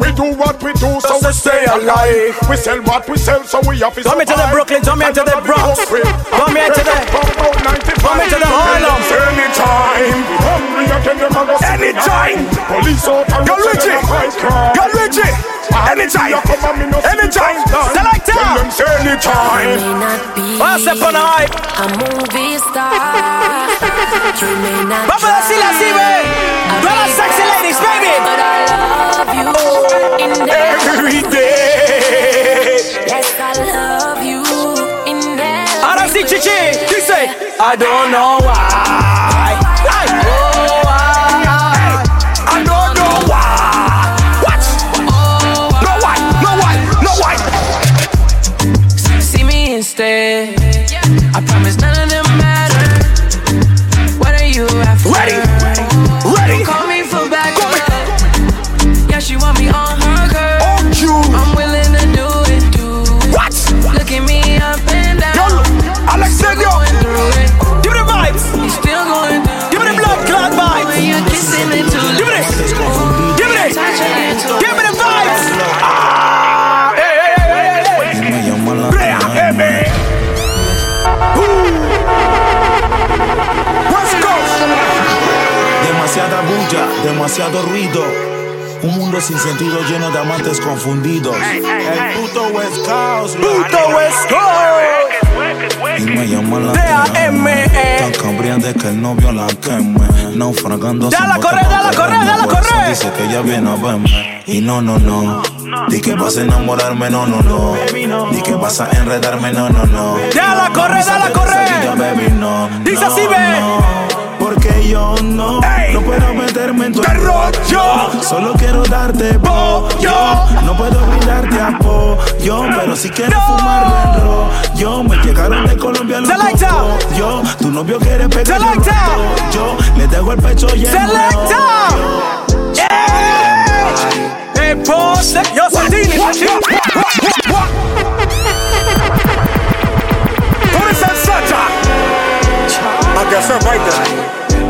We do what we do, so Just we to stay stay alive. alive. We sell what we sell, so we have to Come here to the Brooklyn, come here to the Bronx. Come here to the- Come here to the Harlem. Anytime. We hungry again, them a go see me Anytime. high. Police out and Go rush Richie. them a high crime. Go Richie. Ah, Anytime. you come and me no see Anytime. you down. Select Tell up. them say anytime. may not be Once upon a hype. a movie star. you may not Vamos a decirle así, ve. Todas las sexy ladies, baby. but I love you in Every day. Yes, I love you in every Ahora sí, chichi. Dice. I don't know why. Ay. Hey, I don't know why. What? No why, no why, no why. See me instead. I promise none of them matter. What are you after? Ready, ready. Don't Call me for backup. Yeah, she want me on her curve. On you. I'm willing to do it, do it. What? Look at me up and down. Yo, Alexandria. Going through it. Give me the vibes. You still going through Give me the blood clot it. Oh, When vibes. you're kissing it too Give me this. Give me this. Give me the vibes. Ah, hey, hey, hey, hey, hey, hey. Play a heavy. Ooh. West Coast. Demasiada bulla, demasiado ruido. Un mundo sin sentido lleno de amantes confundidos. El puto West Coast. Puto West Coast. Y me llama la D.A.M.E.. Tan cabría de que el novio la queme. Naufragando Dala, sin bote, corre, dala, no corre, queremos dala, fuerza. corre. Dice que ella viene a verme. Y no, no, no. Di que vas a enamorarme, no, no, no. Di que vas a enredarme, no, no, no. Dala, corre, dala, Pesadilla, corre. baby, no, Dice no, así, ve. no. Porque yo no, Ey. no puedo meterme en tu Qué rollo. Solo quiero darte Yo. pollo. No puedo brindarte apoyo, pero si quiero fumar ro Yo me llegaron de Colombia los Selecta. Yo, tu novio quiere pegar Selecta. Yo le dejo el pecho lleno. Selecta. Yeah. Hey, boss. Yo soy Dini. Tony Sensata. I guess I'm right there.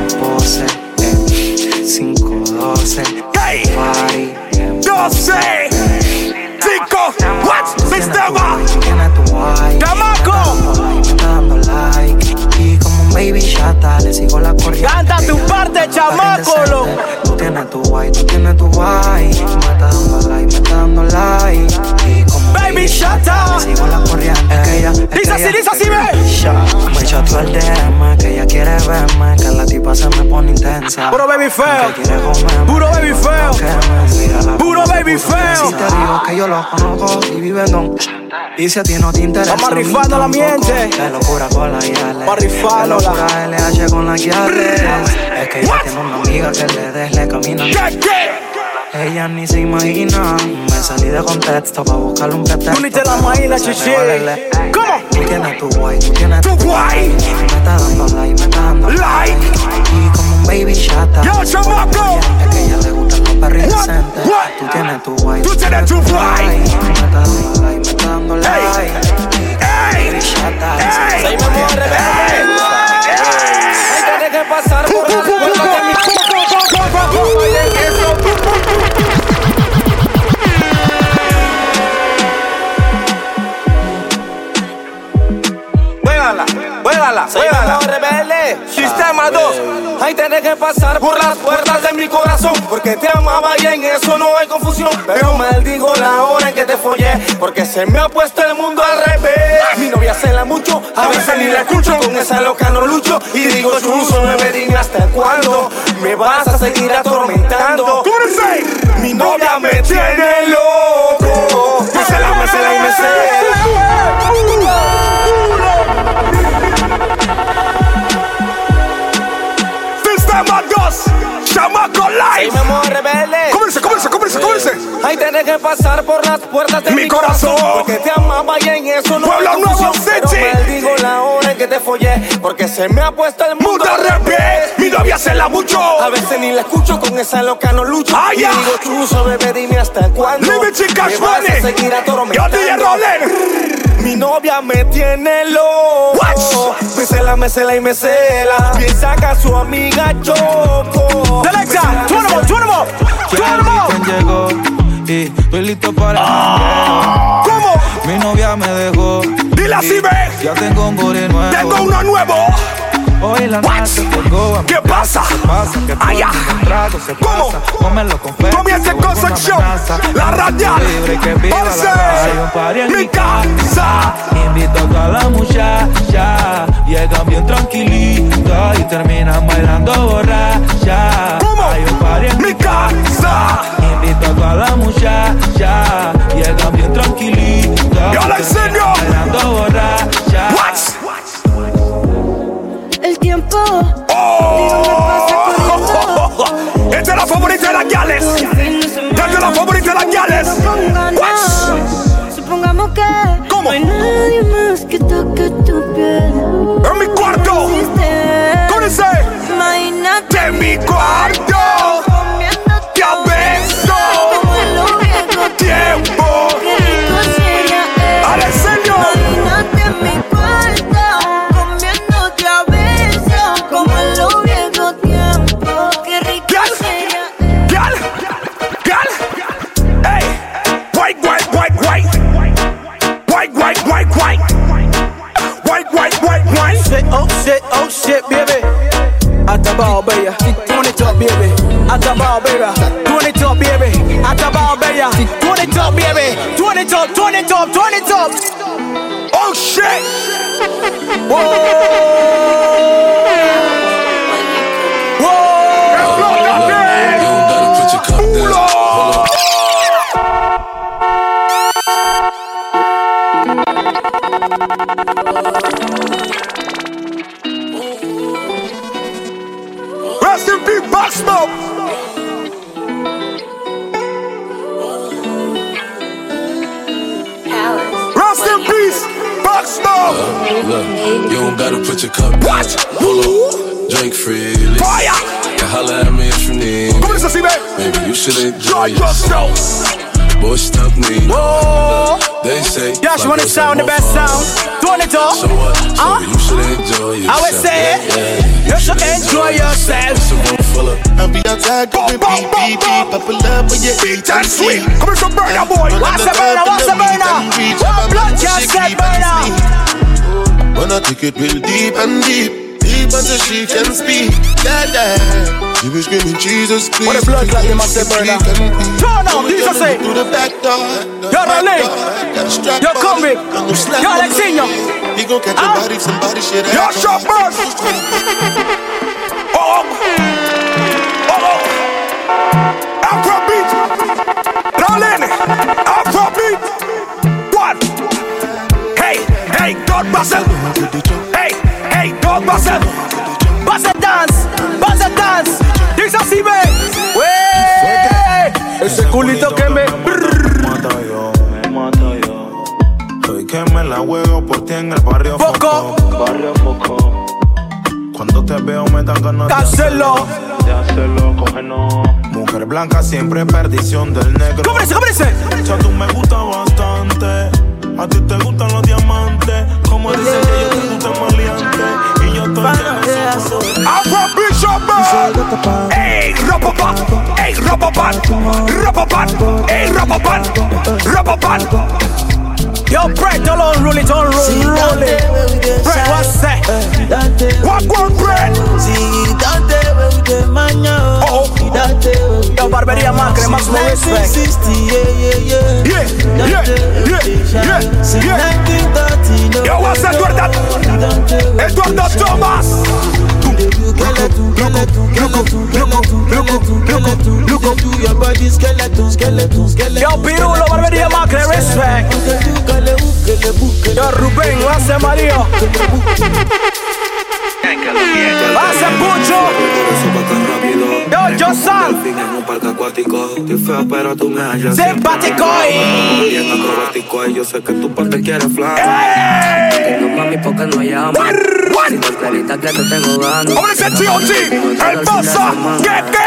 Hey. Doce. Cinco. What? Sistema. Damaco. Y como un baby chata, le sigo la corriente. Canta tu parte, chamaco, lo. Tú tienes tu guay, tú tienes tu guay. Me está dando like, me está dando like. Y como un Baby, shut chata, up. le sigo la corriente. Es que ella, es Dice que así, ella- dice así, Shot, Me chateó al DM, que ella quiere verme. Que la tipa se me pone intensa. Puro baby feo. Que quiere comerme. Puro baby feo. que me mira la Puro baby Si te feo. digo que yo los conozco y viven don. Y si a ti no te interesa. Vamos a rifarnos la miente. De locura con la IALE. Vamos a rifarnos De locura LH con la guiales. Es que ella tiene una amiga que le des, le camina. Yeah, yeah. Ella ni se imagina. Me salí de contexto para buscarle un pretexto. Tú ni te la imaginas, Se me chichi. va el ele- ¿Cómo? Tú tienes tu guay, tú tienes Tu tu guay. Me está dando like, me está dando Like. Y como un baby chata. Yo, chamaco. Es que a ella le gustan los perros What? indecentes. What? Tú tienes tu guay. Tú tienes tu guay. Me está dando like, me está dando like. Hey. Chata, Hey. se me pone Hey. Hey. que pasar Pum, pum, pum, pum, pum, pum, pum, pum, pum, pum, pum. Juégala, juégala, juégala. rebelde. Sistema 2. Ahí tenés que pasar por las puertas de mi corazón. Porque te amaba y en eso no hay confusión. Pero maldigo la hora en que te follé. Porque se me ha puesto el mundo al revés. Mi novia se la mucho, a veces ni la escucho. Con esa loca no lucho. Y digo, chuzo, no me digas hasta cuándo. Me vas a seguir atormentando. Tú eres seis. Mi novia me eh, tiene loco. Mesela, mesela y mesela. Sistema 2. Chamaco Soy Live. mi amor rebelde. Cómense, cómense, cómense, cómense. Ahí tenés que pasar por las puertas de Mi mi, corazón. Porque te amaba y en eso no Pueblo hay Nuevo, confusión. Pero City. maldigo la hora en que te follé Porque se me ha puesto el mundo Mundo al revés. Mi voy a hacerla mucho. A veces ni la escucho, con esa loca no lucho. Ay, Y Ah, ya. digo, chuzo, bebé, dime hasta cuándo. Living in cash me vas money. a seguir Yo, DJ atormentando. Roland. Mi novia me tiene loco. Me cela, me cela y me cela. Piensa que a su amiga choco. Selecta, tú eres vos, tú eres vos, tú eres vos. llegó y estoy listo para el Ah. ¿Cómo? Mi novia me dejó. Dile así, ve. Ya tengo un body nuevo. Tengo uno nuevo. Hoy la noche llegó a mi ¿Qué pasa? casa, pasa que Ay, ya. todo el trago se ¿Cómo? pasa. Pónmelo con fe. Comienza con con sección. La radial. Libre que viva la Once. raza. Hay un party en Mi casa. Invito a toda la muchacha, llegan bien tranquilitos y terminan bailando borracha. Hay un party en mi casa. Invito a toda la muchacha, llegan bien tranquilitos. Yo la y enseño. terminan Bailando borracha. El tiempo Oh. Esta es la favorita de las gales. Esta es la favorita de las gales. What? Supongamos que ¿Cómo? no hay nadie más que toque tu piel. En mi cuarto. ¿Cómo dice? Imagínate De mi cuarto. Te abeso. Tiempo. Alessandro. Imagínate en mi cuarto comiéndote a besos como en los viejos tiempos. Qué rico sería Gal. Gal. Hey. White, white, white, white. White, white, white, white. White, white, white, white. Shit, oh shit, oh shit, baby. At the ball, baby. Doing it up, baby. At the ball, baby. Doing it up, baby. At the ball, baby. Doing it up, baby. Doing it up, doing it up, doing it up. Oh shit. Rest in peace, Bugsmoke. Rest in peace, Bugsmoke. Look, you don't gotta put your cup down. Hold up, drink freely. Fire! You holler at me if you need. me. ¿Cómo dice así, ve? Maybe you should enjoy yourself. Boy, stop me. Whoa. They say. Yeah, she wanna black girls sound the have best more sound. Doing it fun. up. So what? So Huh? you should enjoy yourself. I would say, Yeah, yeah. you should enjoy yourself. It's a room full of. I'll be outside doing beep, beep, beep. Pop a love when you eat and sleep. Come here, burner boy. What's the burner? What's the burner? What blood just said burner? When I take it real deep and deep, deep until she can speak. Yeah, yeah. She was screaming, Jesus, please. What the blood like them at the burner? Turn up, Jesus say. Through the back door. You're a link. You're coming. You're Alexinho. He gon' catch your body if somebody shit Yo, shot first. Oh, oh, oh. Afrobeat. Darling, Afrobeat. What? Hey, hey, God bless him. Hey, hey, God bless him. Bust a dance, bust a dance. Dice así, ve. Wey. Ese culito que me. mata yo, me mata yo. Soy que me la juego por ti en el barrio Foco. Barrio Foco. Cuando te veo me dan ganas de Cancelo. hacerlo, de hacerlo, cógenos. Mujer blanca siempre perdición del negro. ¿Cómo dice? ¿Cómo dice? Cha, tú me gusta bastante. A ti te gustan los diamantes. Como dicen que yo te gusta maleante. Y yo estoy en Afrobeat, shot first. Hey, rubber band. Hey, rubber band. Rubber band. Hey, rubber band. Rubber band. Yo, bread, don't unroll it, don't roll, roll it. Bread, what's that? What one bread? Oh, oh. Yo, barbería macre, máximo respect. Yeah, yeah, yeah, yeah, É yeah. Yo, what's that? Where that? Eduardo Thomas. Yo, Pirulo, barbería macre, respect. Yo, Rubén, what's that, Mario? What's that, Pucho? Yo, Josan, fin en un parque acuático. Estoy feo, pero tú me hallas. simpático. y- Bien acrobático, y yo sé que tu parte quiere flan. Que no mami, porque no llama. Si no clarita que te tengo ganas. I wanna say T.O.T. El Bosa. ¿Qué, qué?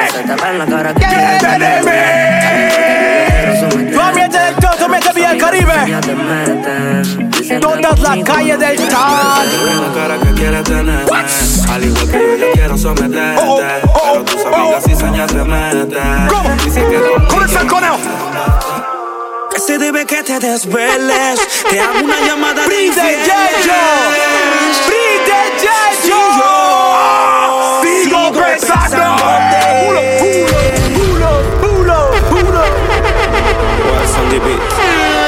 ¿Qué é? teneme? Tu ambiente del todo, me te vi el Caribe. Todas las calles del tal. La cara que quiere tener. Al igual que yo, yo quiero someterte. Pero tus amigas y señas te meten. Dicen que conmigo ¿Cómo está el coneo? Que se debe que te desveles. Te hago una llamada de Brinde infieles. Yeyo. Brinde Yeyo. Sigo pensando. Pulo, pulo, pulo, pulo, pulo. What's on the beat?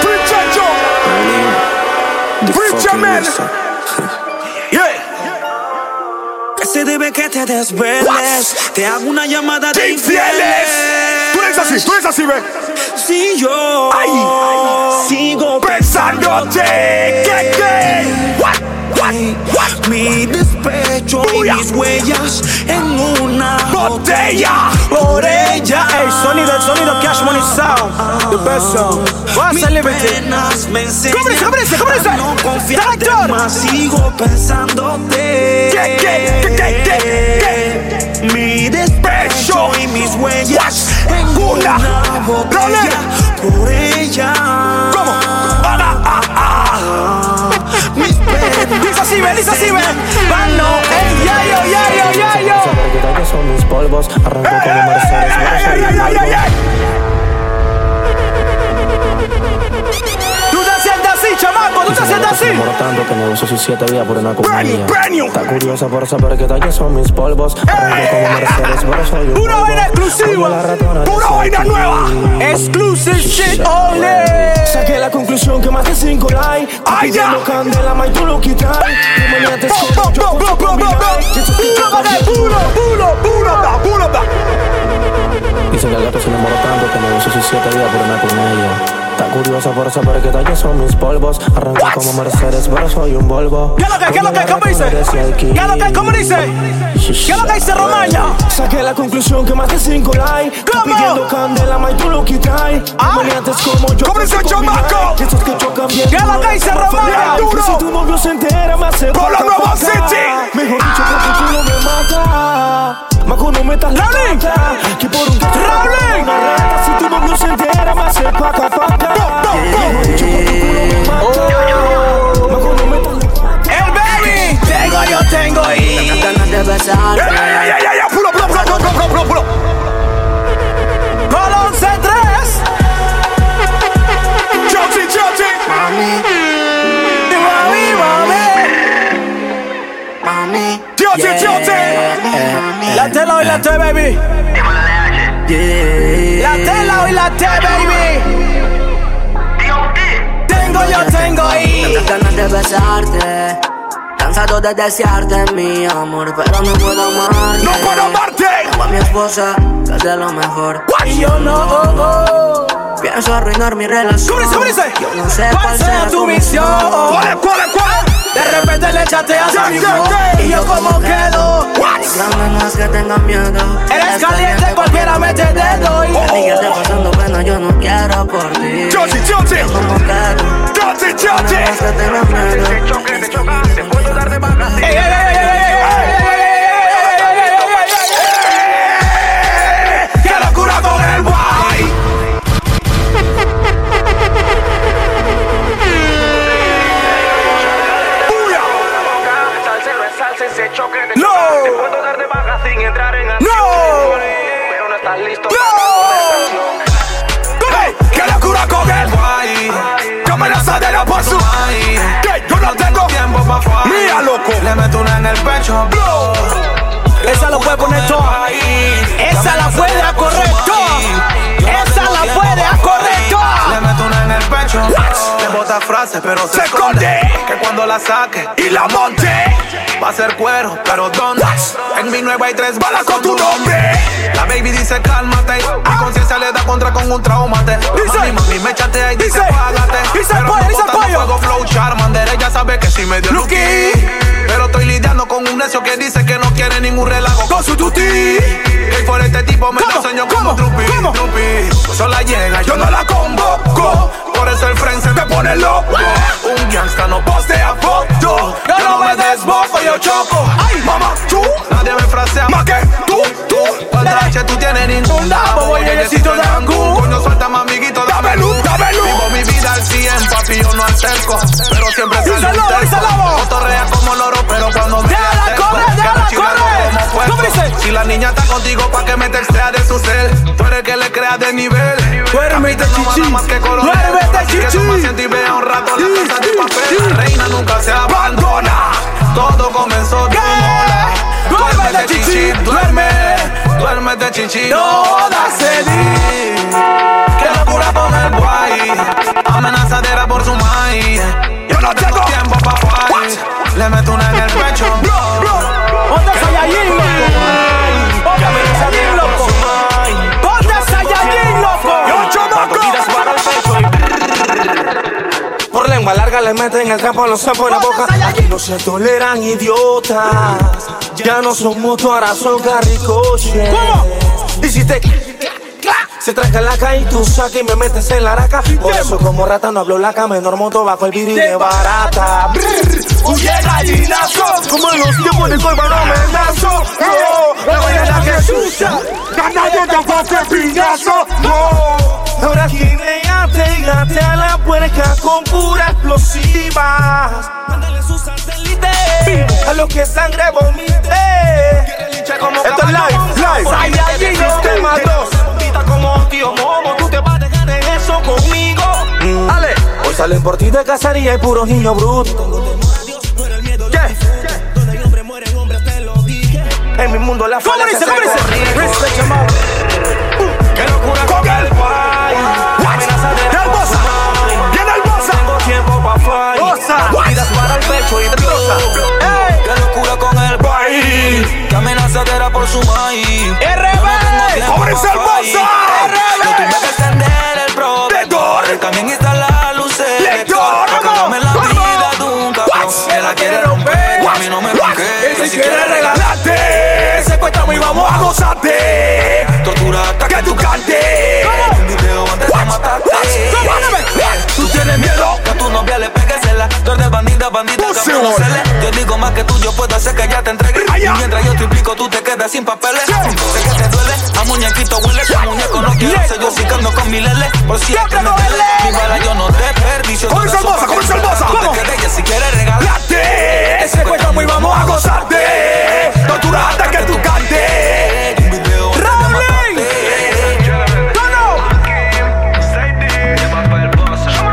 Preacher Joe. The Preacher fucking man. whistle. Yeah. Que se debe que te desveles. Te hago una llamada De de infieles. infieles. Tú eres así, tú eres así, ve. Si yo sigo Pensándote. ¿Qué, qué? é What? What? What? Mi despecho y Tuya. mis huellas en una Botella. Por ella, el sonido, el sonido Cash Money Sound. The best sound. What's Mis the liberty? penas me enseñan ¿Cómo dice? ¿Cómo dice? ¿Cómo dice? a No confiarte Director. más, sigo pensándote. ¿Qué, qué, qué, qué, qué, Mi despecho y mis huellas en Una. una botella por ella. ¿Cómo? Ana, ah, ah. Mis penas Dice así, ve, dice así, ve. Mano, ey, ya, eh, yo, ya, yo, ya, yo. son mis polvos, arranco como Mercedes. Ay, ay, ay, ay, ay, ay. Tú te sientas así, chamaco, tú te sientas así. Demoro tanto que me uso sus siete días por una compañía. premium. Está curiosa por saber qué talles son mis polvos. Arranco como Mercedes, pero soy un Pura polvo. vaina Odio a la exclusiva. ratona de Pura vaina Santi. nueva. Exclusive shit only. Saqué la conclusión que más de cinco like. Te Ay, ya. pidiendo candela, ma, y tú lo quitas. De manera te escondo, Bum, yo bum, bum, con bum, mi bum, like. Y eso bum. sí, Puro yo vaina, con- puro, puro, puro, va, puro, va. Dice que el gato se enamoró tanto que me uso sus siete días por una con ella. Está curiosa por saber qué talles son mis polvos. Arranco como Mercedes, pero soy un Volvo. ¿Qué es lo que, qué es lo que, cómo dice? ¿Qué es lo que, cómo dice? ¿Qué es lo que dice Romaña? Saqué la conclusión que más de 5 likes. Tú ¿Cómo? pidiendo candela, ma, y tú lo quitas. Ah. Maniates como yo. ¿Cómo dice que el con mi chamaco? like. Esos que chocan bien. ¿Qué es lo que dice Romana? Que Si tu novio se entera, me hace Polo falta Nuevo pa' acá. City. Mejor dicho, que tu culo me mata. Maco, no metas la Raulín. pata, Que por un gato Raulín. una rata. Si tu novio se entera, me hace paca, paca. Mejor dicho, que tu culo me mata. Maco, no metas la pata. El baby. Tengo, Oh. yo tengo y. Ganas de besar. Ay, ay, ay, ay, ay, pulo, pulo, pulo, pulo, pulo, pulo, pulo. Con 11-3. Chelsea, Chelsea. Mami, mami. Chelsea, Chelsea. La tela hoy la T, baby. Ah. La tela hoy la T, baby. Tengo, yo tengo y. Tantas ganas de besarte. Cansado de desearte, mi amor, pero no puedo amarte. No puedo amarte. Tengo a mi esposa, que es de lo mejor. Y yo no, oh, oh. Pienso arruinar mi relación. ¿Cómo dice, cómo dice? Yo no sé ¿Cuál será tu misión? ¿Cuál es, cuál es, cuál es? De repente le chateas a mi voz Y yo como quedo Las ganas que tengan miedo. Eres caliente, cualquiera mete dedo y A mí que esté pasando pena, yo no quiero por ti. Chelsea, Chelsea. Como quedo. Chelsea, Las Chelsea. ganas que tengan miedo. Ey, ey, ey, ey, ey, ey, ey, ey, ey, ey, ey, ey, ey, ey, ey, ey, ey, ey. ¡Qué locura con el guay! ¡Bulla! ¡No! ¡No! ¡No! ¡Ey! ¡Qué locura con el guay! ¡Qué amenazadera por su ¡Que yo no tengo tiempo para fallar! ¡Mira, loco! Le meto una en el pecho. ¡No! Esa la puede poner toda Esa la puede a correr toda Esa la puede a correr Le toda meto una en el pecho. Le bota frases, pero se, Se esconde. Que cuando la saque, ¡Y la monte! va a ser cuero, pero ¿dónde? En mi nueva hay tres balas con tu nombre. La baby dice cálmate. Ah. Mi conciencia le da contra con un traumate. Dice. Mami, mami, me chatea y dice Dice. págate. Dice Pero pollo, no dice botando pollo. fuego flow Charmander. Ella sabe que si me dio Lucky. lucky. Pero estoy lidiando con un necio que dice que no quiere ningún relajo con su tuti. Que por este tipo me ¿Cómo? lo enseñó ¿Cómo? como trupi, ¿Cómo? trupi. Sola llega, yo no la convoco. Por eso el friend se me pone loco. Un gangsta no postea foto. Yo no me desboco, yo yo choco. Ay, mamá, tú. Nadie me frasea más que tú, tú. Cuando H tú tienes ningún dabo, voy necesito de Cancún. Coño, suelta, mamiguito, dame luz, dame luz. Vivo mi vida al 100, papi, yo no alterco. Pero siempre Díselo, sale un terco. díselo. No torrea como loro, pero cuando me Déjala, acerco, corre, quedo déjala, chileno corre. como puerco. ¿Cómo dice? Si la niña está contigo, pa' que me textea de su cel. Tú eres el que le crea de nivel. Duérmete, chichi. Duérmete, chichi. y vea un rato la casa de papel. La reina nunca se abandona. Todo comenzó de un hola. Duérmete, chichi. Duerme. Duérmete, chichi. No das di. Que locura con el guay. Amenazadera por su maíz. Yo no tengo tiempo pa' guay. Le meto una en el pecho. Bro, bro. Ponte Saiyajin, loco. Ponte Saiyajin, loco. Ponte Saiyajin, loco. Cuando tiras para el pecho Por lengua larga le meten el campo a los sapos en la boca. Aquí no se toleran idiotas. Ya no son motos, ahora son carricoches. ¿Cómo? Y si te. Se traga la calle y tú sacas y me metes en la araca. Por eso, como rata, no hablo laca. Menor moto bajo el viril de barata. Huye gallinazo, como en los tiempos de Colba no amenazo. No, la vaina que sucia. Ganando tampoco es pingazo. No, ahora gineate y gatea la puerca con pura explosiva. Mándale sus satélites a los que sangre vomite. Esto es live, live. Saiyajin Sistema 2. Pita como tío Momo, tú te vas a dejar en eso conmigo. Ale. Mm. Hoy salen por ti de cacería y puros niños brutos. Yeah. En mi mundo la ¿Cómo falacia dice? ¿Cómo se dice? corrige. Respect your Qué locura con el guay. Amenazadera con su guay. No tengo tiempo pa' fight. Tiras para el pecho y destroza. Qué locura con el guay. Que amenazadera por su maíz. RB. ¡Ábrese el bolsa! Yo tuve que encender el protector. El camión instalar luces. Lector. Acabame la vida de un cabrón. Que la quiere romper. A mí no me bloquees. Si quieres regalarte. Secuestrame y vamos a gozarte. Tortura hasta que tú cantes. Un video antes de matarte. Tú tienes miedo. Que a tu novia le pegues la. Tú eres bandida, bandida. cabrón, cele. Yo digo más que tú, yo puedo hacer que ya te entregue. Y mientras yo te implico, tú te quedas sin papeles. Sé que te duele. A muñequito huele. A muñeco no quiero. Sé yo sí que ando con mi lele. Por si es que me duele. Mi bala yo no desperdicio. Con esa hermosa, con esa hermosa. Tú te quedes, ya si quieres regalarte. Ese cuento muy vamos a gozarte. Tortura hasta que tú cantes. Un video antes de matarte. Oh.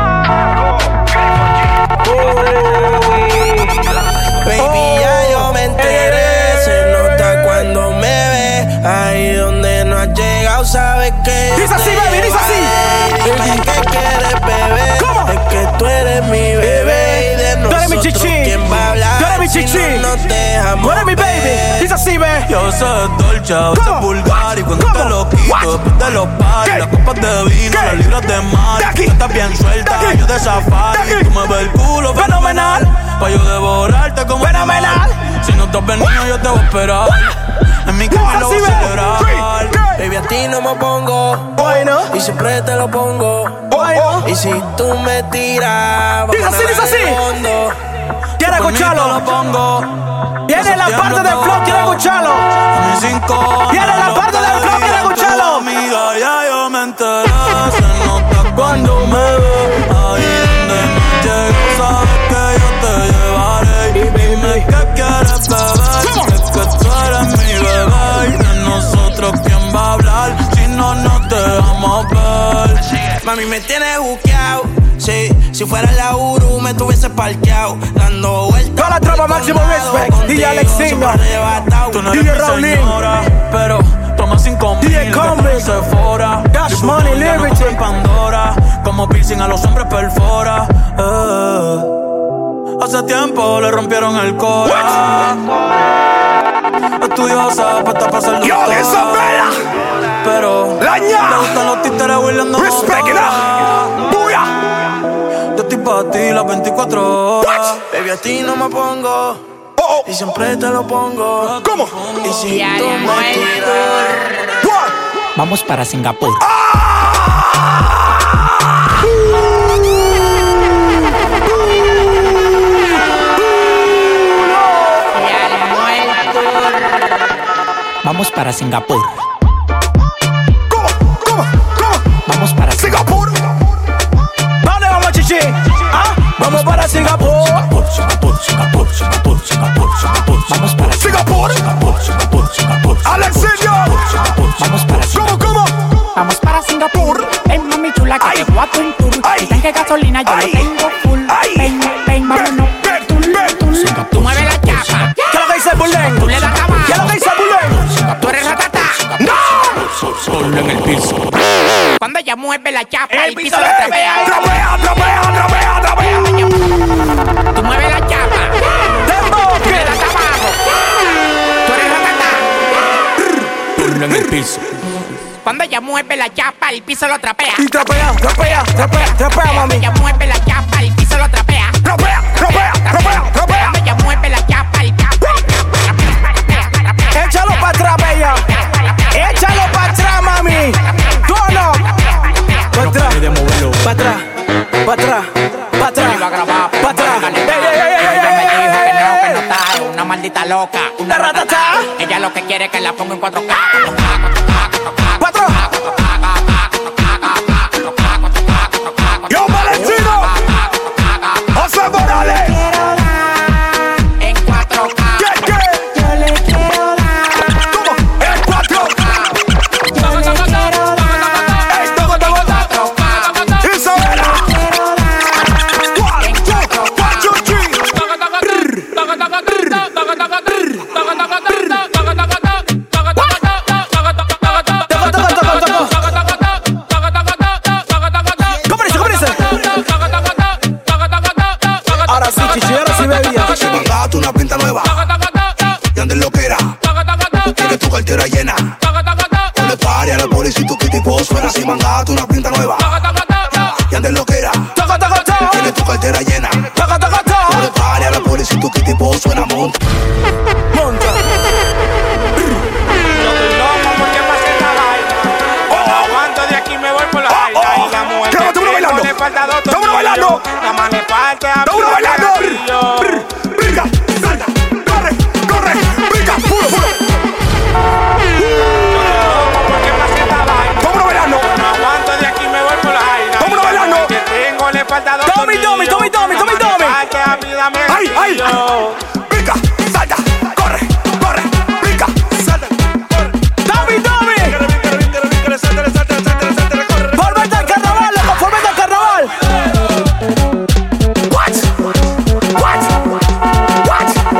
Baby, ya yo me Eh. enteré. Se nota cuando me ve. Ahí donde no has llegado, sabes que. yo Dice te así, baby, dice así. llevaré. Dime que quieres beber. Es que tú eres mi bebé. Y de Tú eres mi nosotros, chichi. ¿Quién va a hablar? Tú eres mi si no chichi. nos dejamos Tú eres mi ver? baby. Dice así, ve. Yo soy Dolce, usted es vulgar y cuando te lo quito después te lo paro. Las copas de vino, los libros de mar. Tú estás bien suelta, yo de safari. Tú me ves el culo fenomenal, pa' yo devorarte como fenomenal. Si no te has venido yo te voy a esperar. En mi cama lo voy a celebrar. Baby, a ti no me pongo. Y siempre te lo pongo. Y si tú me tiras. Oh, Dice vamos a así, dice darle así. fondo. Quiere escucharlo. Viene la parte del flow, quiere escucharlo. Viene la parte del flow, quiere escucharlo. Amiga, ya yo me enteré. Se nota cuando me ve. Ahí donde no llego, sabes que yo te llevaré. Dime que quieres beber. Es que tú eres mi bebé. Y de nosotros, ¿quién va a hablar? Si no, no te vamos a ver. Mami, me tienes buqueado. Sí, si fuera la Uru, me tuviese parqueado. Dando vueltas. Toda la tropa, máximo respect. DJ Alexinho. Tú no eres DJ mi Raulín. señora, pero toma cinco mil. DJ Convict. se fora. Dash Money Liberty. Pandora, como piercing a los hombres perfora. eh. Hace tiempo le rompieron el cora. Estudiosa, puesta para ser Yo, doctora. Isabela. Pero Laña. me gustan los títeres huirleando Respect it motora. Yo estoy pa' ti las 24 horas. Baby, a ti no me pongo. Oh, Y siempre te lo pongo. ¿Cómo? Y si tú me tiras. Vamos para Singapur. ¡Ah! Yeah, Vamos para Singapur. ¿Cómo? ¿Cómo? ¿Cómo? Vamos para Singapur. ¿Dónde vamos, chichi? ¿Ah? Vamos para Singapur. Singapur, Singapur, Singapur, Singapur, Singapur. Vamos para Singapur. Singapur, Singapur, Singapur. Alexinho. Vamos para ¿Cómo, cómo? Vamos para Singapur. Ven, mami chula, que te voy a hacer un tour. El tanque de gasolina yo lo tengo full. Ven, ven, vámonos. Tul, tul. Tú mueves la chapa. ¿Qué es lo que dice Bulén? Tú le das la ¿Qué es lo que dice Bulén? Tú eres ratata. Solo en el piso. Cuando ella mueve la chapa, el piso la trapea. Trapea, trapea, trapea, trapea. Tú mueves la chapa. ¡Tembo! Tú le das abajo. Tú eres ratata. Solo en el piso. Cuando ella mueve la chapa, el piso lo trapea. Y trapea, trapea, trapea, trapea, Cuando mami. ella mueve la chapa, el piso lo trapea. Trapea, trapea, trapea, trapea. Cuando ella mueve la chapa, el chapa. Échalo para atrás, bella. Échalo para atrás, mami. Tono. Para atrás. Para atrás. Para atrás. Para atrás. Para atrás. Ey, ey, ey, ey, Ella me dijo que no, que ey, no ey, ey. está, una maldita loca, una La ratata. Ella lo que quiere es que la ponga en 4K. Cuatro. Yo, Valentino. José Morales. En 4K. ¿Qué, qué? ¿Cómo? El cuatro. Ey, toco, toco, toco. Isabela. One, two, one, two, three. Toco, toco, toco, toco. ¿Cómo dice? ¿Cómo dice? Ahora sí, chichi, ahora sí, Se bebía. pagaste una pinta nueva y andes loquera. Tienes tu cartera llena. Ponle party a la policía y tu kitty fósfora. Si mangaste una pinta nueva y andes loquera. Toco, toco, toco. Tienes tu cartera llena. Toco, toco, Ponle toco. party a la policía y tu kitty fósfora. Monta. Monta. Aguanto de aquí me voy por la Oh, vaina oh. y la mujer Claro, que estamos tengo bailando. le falta dos Estamos tobillos. bailando. Nada más le falta Da uno abrir el bailando. gatillo. Brr, Brinca, salta, corre, corre, brinca, puro, puro. Porque más que esta vaina, Da uno bailando. no aguanto de aquí me voy por la vaina Da uno y la bailando. mujer que tengo le falta dos Tommy, Tommy, tobillos. Tommy, Tommy, Nada Tommy, más le Tommy. falta abrir la mesa. Ay, ay, ay. Brinca, salta, corre, corre, brinca, salta, corre. Tommy, Tommy. Brinca, brinca, brinca, brinca, salta, salta, salta, salta, corre. Volvete al carnaval, loco, volvete al carnaval. What? What? What? What?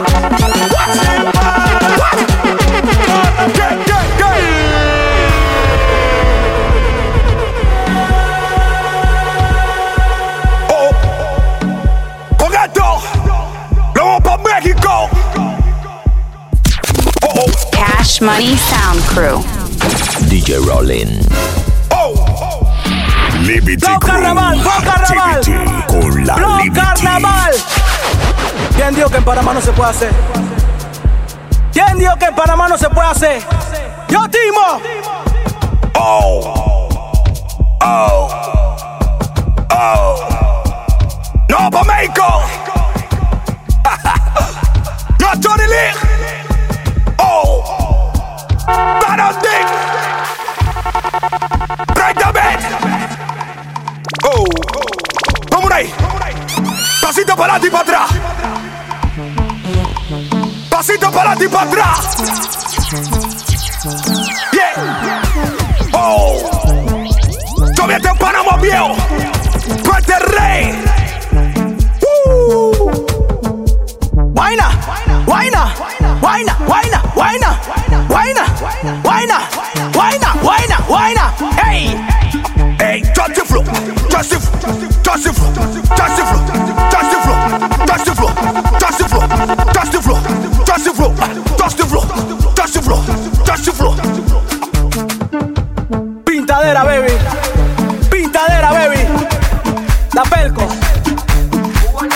What? Yeah, yeah, yeah. Oh. Con esto, lo vamos pa' México. Oh, oh, Cash Money Sound Crew. DJ Rollin. oh. Liberty Flow Carnaval, Flow Carnaval. Activity con la Flow Liberty. Carnaval. ¿Quién dijo que en Panamá no se puede hacer? ¿Quién dijo que en Panamá no se puede hacer? Yo, Timo. Oh. Oh. Oh. No, pa' México. Yo, Johnny Lee. Oh. Thanos Dick. Right the bed. Oh. Vamos ahí. Pasito para adelante y para atrás. Pasito para adelante y para atrás. Yeah. Oh. Yo vi en Panamá viejo. Tú eres el rey. Uh. Guayna, guayna, guayna, guayna, guayna, guayna, guayna, guayna, guayna, guayna. Hey, Hey, touch the floor, touch the floor, touch the floor, touch the floor, touch the floor, touch the floor, touch the floor, touch the floor, touch the floor, touch the floor, touch the floor, touch the floor. pintadera, baby. Pintadera, baby. La pelco.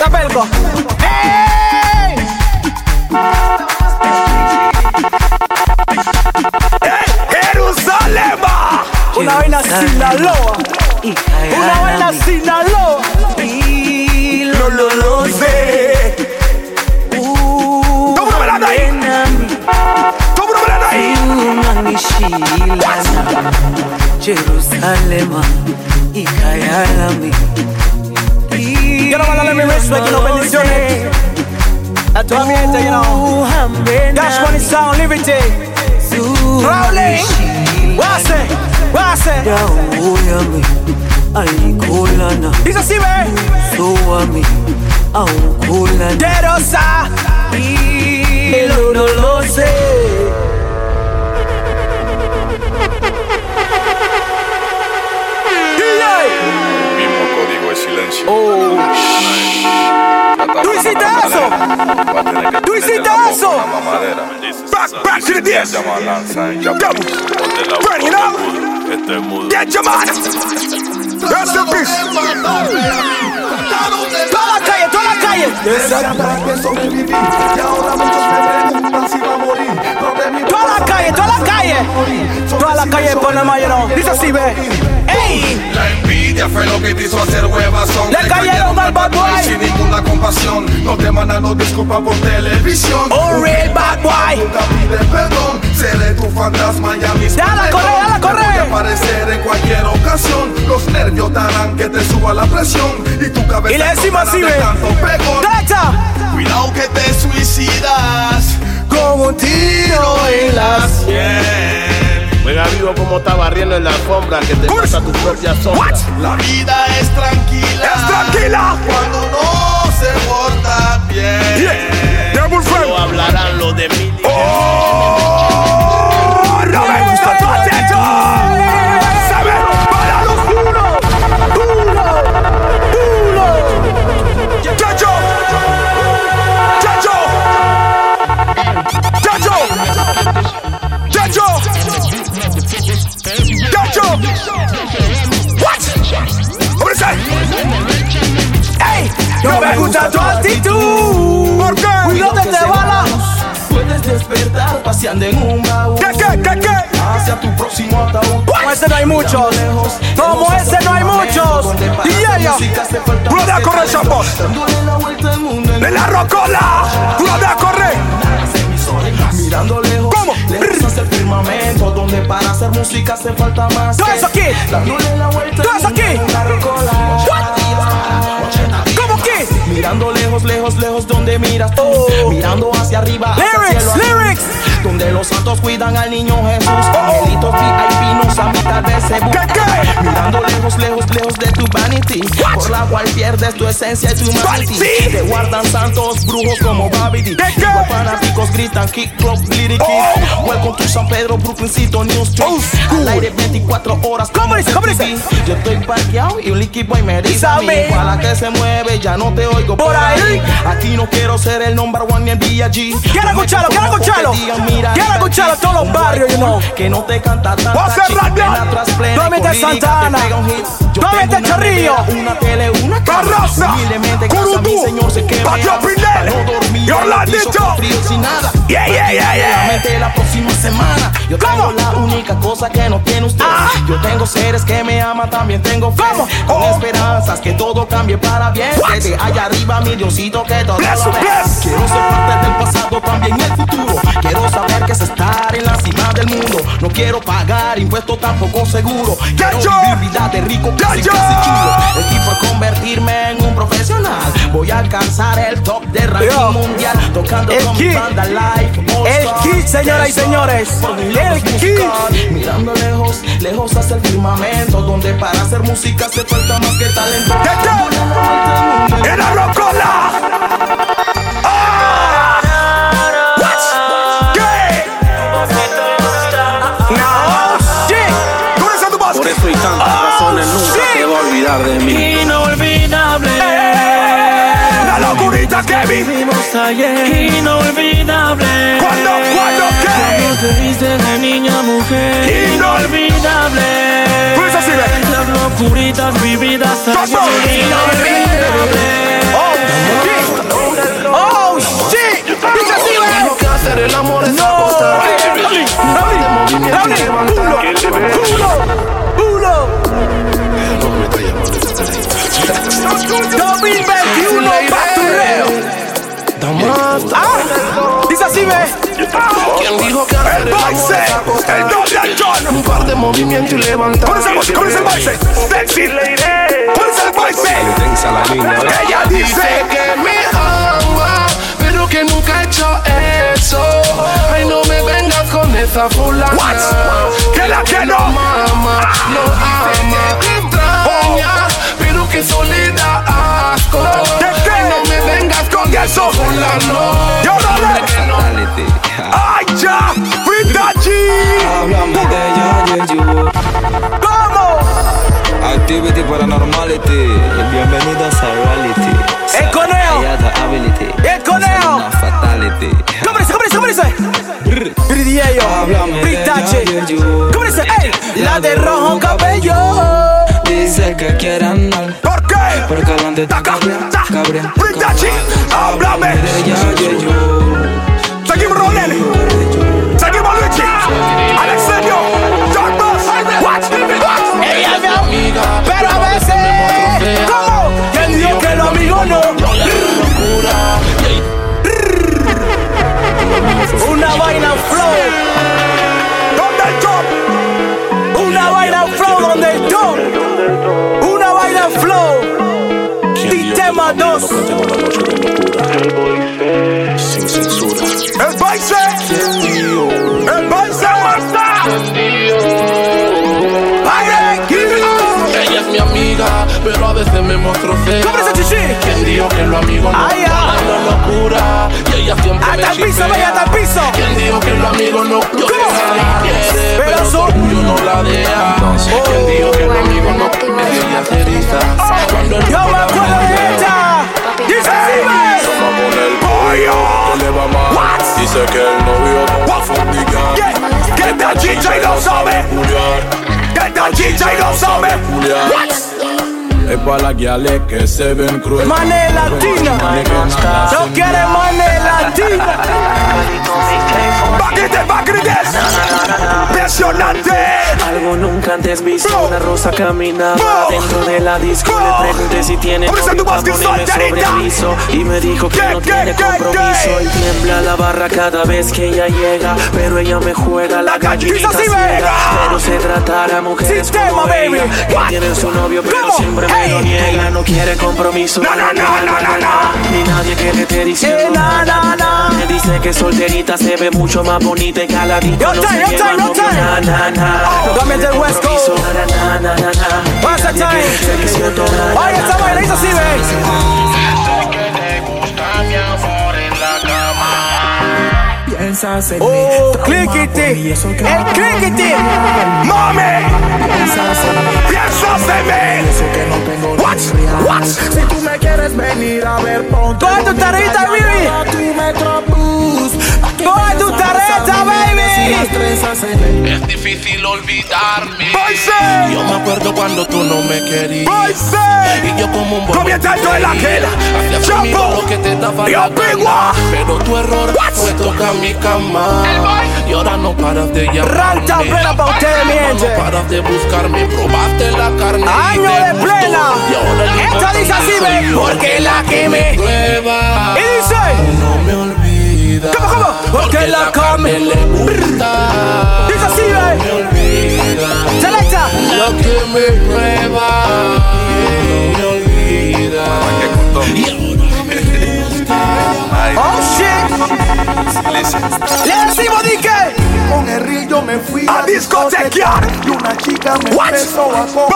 La pelco. Hey, Jerusalén. una vaina Sinaloa. Una vaina Sinaloa. Lo, lo, lo sé. Toma una velada ahí. Toma una velada ahí. Jerusalema y Jayalami. Quiero mandarle mi respeto y no bendiciones a toda mi gente, you know. Dash Money Sound, Liberty. Rolling. Wase, Wase. Huyami, Alikulana. Dice así, ve. Súbame a un culana. Derosa. Y lo no lo sé. Mismo código de silencio. Oh, ¡Tú hiciste eso! ¡Tú hiciste eso! Back, back to the dance. Bring it up. Get your man. Rest in peace. Toda la calle, toda la calle. Toda la calle, toda la calle. Toda la calle de Panamá, you know. Dice así, ve. ¡Ey! La envidia fue lo que te hizo hacer huevazón. Le cayeron al bad boy. Sin ninguna compasión. No te mandaron disculpa por televisión. Un real bad boy. Nunca pide perdón. Seré tu fantasma y a mis Dala, corre, dala, corre. Voy a aparecer en cualquier ocasión. Los nervios te harán que te suba la presión. Y tu cabeza. Y le decimos así, ve. explotará de tanto pegón. ¡Derecha! Cuidado que te suicidas. Con un tiro en las Juega vivo como está barriendo en la alfombra que te pasa tu propia sombra. La vida es tranquila. Cuando no se porta bien. No hablarán lo de mí. Oh, ¡No me gusta tu acento! ¡Se ve para los duro! ¡Duro! ¡Duro! ¡Chacho! ¡Chacho! ¡Chacho! ¡Chacho! ¡Chacho! What? What is that? ¡Ey! No me gusta tu actitud. ¿Por qué? Cuidado que te bala. Puedes despertar paseando en un baúl. ¿Qué, qué, qué, qué? Hacia tu próximo ataúd. Como ese no hay muchos. Como ese no hay muchos. Y ella. ¡Rueda a correr, chapón! ¡De la rocola! ¡Rueda a correr! Mirando lejos. ¿Cómo? Lejos el firmamento. Donde para hacer música hace falta más. Todo eso aquí. Dándole la vuelta. Todo eso aquí. ¿Cómo qué? Mirando lejos, lejos, lejos donde miras tú. Mirando hacia arriba. hacia el Lyrics, cielo azul. lyrics. Donde los santos cuidan al niño Jesús. Angelitos VIP nos habitan de Cebú. Mirando lejos, lejos, lejos de tu vanity. Por la cual pierdes tu esencia y tu humanity. Vanity. Te guardan santos brujos como Babidi. Igual fanáticos gritan kick club lyrics. Oh. Welcome to San Pedro, Brooklyn, Cito, New Street. Al aire 24 horas. como dice? ¿Cómo MTV. Yo estoy parqueado y un liqui boy me dice a mí. Sabe. Para que se mueve, ya no te oigo Por por ahí. ahí. Aquí no quiero ser el number one ni el B.I.G. Quiero escucharlo, quiero escucharlo. Quiero escucharlo en todos los barrios, you know. Que no te canta tanta Voy a hacer chica, radio. plena tras plena, Duérmete, con lírica, Santana. te pega un hit. Yo Duérmete, tengo una Chorrillo. nevera, Una tele, una cama. Barraza. Humildemente en Curutú. casa mi señor se quema. Patio Para Pinel. no dormir Y en el Orlandito. piso con frío sin nada. Yeah, yeah, yeah, yeah. Tranquilamente la próxima semana. Yo tengo la única cosa que no tiene usted. Ah. Yo tengo seres que me aman, también tengo fe. Con Oh. esperanzas que todo cambie para bien. Desde allá arriba, mi Diosito que todo Bless lo you, ve. pues. bless. Quiero ser parte del pasado, también el futuro. Quiero saber que es estar en la cima del mundo. No quiero pagar impuestos, tampoco seguro. Quiero vivir vida de rico, casi, Gacho. casi chulo. El tipo es convertirme en un profesional. Voy a alcanzar el top de ranking Yo. mundial. Tocando El con Kid. mi banda live. El Kid, señoras y señores. El Kid. Mirando lejos, lejos hacia el firmamento Donde para hacer música hace falta más que talento ¡En la rocola! ¡Ah! What? ¿Qué? No. Sí. ¿Dónde está tu básquet? Por eso y tantas razones nunca te va a olvidar de mí. Inolvidable. La locurita que vivimos ayer. Inolvidable. ¿Cuándo, cuándo, qué? Cuando te viste de niña mujer. Inolvidable. Pues así ve. Las locuritas vividas ayer. Inolvidable. Oh, shit. Oh, shit. Dice así ve. Tengo que hacer el amor es No. constante. Raúl, Este movimiento Raúl, levantar que te Raúl, vea. culo, culo. Ah, dice así, ve. ¿Quién dijo que hacer el amor baile, es acostar. el doble John. Un par de movimientos y levantar. ¿Cuál es el baile? ¿Cuál es el baile? Sexy lady. ¿Cuál es el baile? Tensa la línea. Ella dice que me ama, pero que nunca he hecho eso. Ay, no me vengas con esa fulana. Que la que no. ama, no ama. Me extraña, pero que soledad asco. Ay, no me vengas con eso. Fulano. Yo no le- ¡Ay, ya! ¡Frita Háblame de ella, yeah, you. Activity Paranormality. Bienvenidos a reality. El coneo. Ella da ability. El coneo. Una fatality. ¿Cómo dice? ¿Cómo dice? ¿Cómo dice? Bridiello, Háblame de Britache. ella, yeah, you. ¿Cómo dice? ¡Ey! La de rojo cabello. Dice que quiere andar. ¿Por qué? Porque donde está Gabriel. Gabriel. Britachi, háblame. de ella, yeah, you. Seguimos Ronel. Seguimos Luigi. Alexeño. John Ross. Watch. Watch. Ella es mi amiga, pero a veces. ¿Cómo? ¿Quién dijo que los amigos no? Una vaina flow. ¿Dónde el top? Una vaina flow donde el top. Una vaina flow. Sistema 2. Sin censura. El Baise. El Baise. Aire, Kirito. Ella es mi amiga, pero a veces me mostró fea. ¿Cómo dice Chichi? ¿Quién dijo que los amigos no Ay, ah. cuentan locura? Y ella siempre Hasta me el piso, chipea. vaya, hasta el piso. ¿Quién dijo que los amigos no yo ¿Cómo? sé que quiere, Pero pero su son- orgullo no la deja? ¿Quién dijo que los amigos no ella se eriza? Cuando el Yo me corazón acuerdo le de ella. Dice así, Yo ves. mamo en el Pollo. que le va mal. What? Dice que el novio no va a fumigar. Yeah. Que esta chicha y no sabe. Juliar, Que esta chicha y no sabe. Juliar. Es para las guiales que se ven cruel. Mané latina. No quiere mané latina. Back in the back in this. Impresionante. Algo nunca antes visto, una rosa caminaba Bro. dentro de la disco. Bro. Le pregunté si tiene Ahora novio, sendo básquet, cabrón, y me solterita. sobreaviso. Y me dijo que ¿Qué, no qué, tiene qué, compromiso. qué? Y tiembla la barra cada vez que ella llega, pero ella me juega la gallinita sí ciega. vega. Pero se tratará mujeres Sistema, como baby. ella, que What? tienen su novio pero ¿Cómo? siempre me lo Hey. niega. No quiere compromiso. No, no, no, no, no, no. Ni nadie que le esté Eh, diciendo na, na, na. me dice que solterita se ve mucho más bonita y que a la disco Yo no time, se yo lleva time, yo novio, time. na, na, na. Oh, No dame tiene del West compromiso, Coast. na, na, na, na, na. Pasa Nadie que time. esté diciendo na, na, Oye, na, esta na, vaina na, dice así, na, ves. Piensas en Oh, mí, clickety. y eso que El clickety. Mami. piensas en mí, Piensas en y mí. eso que no tengo ni What? real. What? Si tú me quieres venir a ver, ponte Coge tu bonita, tarjeta, llama baby. a tu Metrobús. Aquí Coge tu empiezan tarjeta, las amigas y baby. las trenzas en el Es difícil olvidarme. eh. Baise. Yo me acuerdo cuando tú no me querías. Baise. Y yo como un Comienza el duelo aquel. Hacía conmigo Chapo. lo que te daba Y la opigua. gana. Pero tu error fue tocar mi cama. Y ahora no paras de llamarme. Ranta plena pa' ustedes, mi Ahora gente. No paras de buscarme. Probaste la carne. y Año te de gustó. plena. Y ahora yo Esta canto dice así, que soy ve. yo Porque la quemé. Prueba. Y dice. No me olvidas. ¿Cómo, cómo? Porque la carne come. le gusta. Dice así, ves. olvida. Selecta. Lo que me prueba no me olvida. Oh, shit. Le decimos, dique. Con el reel yo me fui A discotequear. Y una chica me What? empezó a Bro, bro, bro,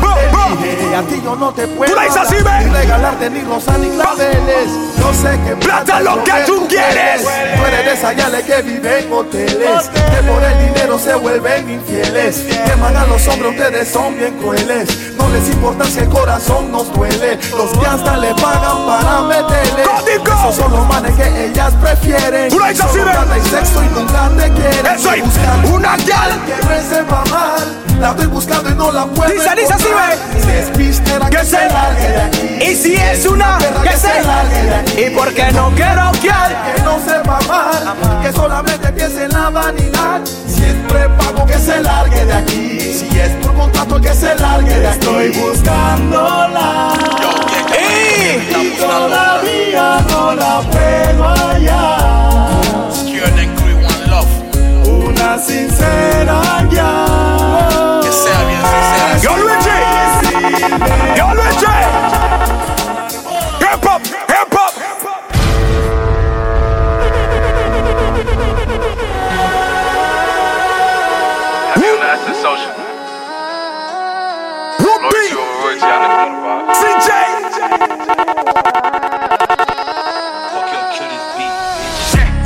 coquetear Le dije, A ti yo no te puedo la dices dar, así, ve. ni regalarte ni rosa ni claveles Yo sé que Plata lo que tú quieres. Tú eres de esa yale que vive en hoteles Que por el dinero se vuelven infieles Que mandan los hombres, ustedes son bien crueles No les importa si el corazón nos duele Los que hasta le pagan para meterles Gótico. Esos son los manes que ellas prefieren Tú la dices así, Solo ve. plata y sexo y nunca te quieren Eso es Buscan una gal. que reserva mal. La estoy buscando y no la puedo. Dice, dice así, encontrar. ve. Si es pistera, que, Que se se- largue de aquí. Y si es una, Perra, que se. largue de aquí. Y porque no quiero que. Que no sepa mal. Que solamente piense en la vanidad. Si es prepago, que se largue de aquí. Si es por contrato, que se largue de aquí. Estoy buscándola. ¡Ey! Y todavía no la puedo hallar. Secure and crew one love.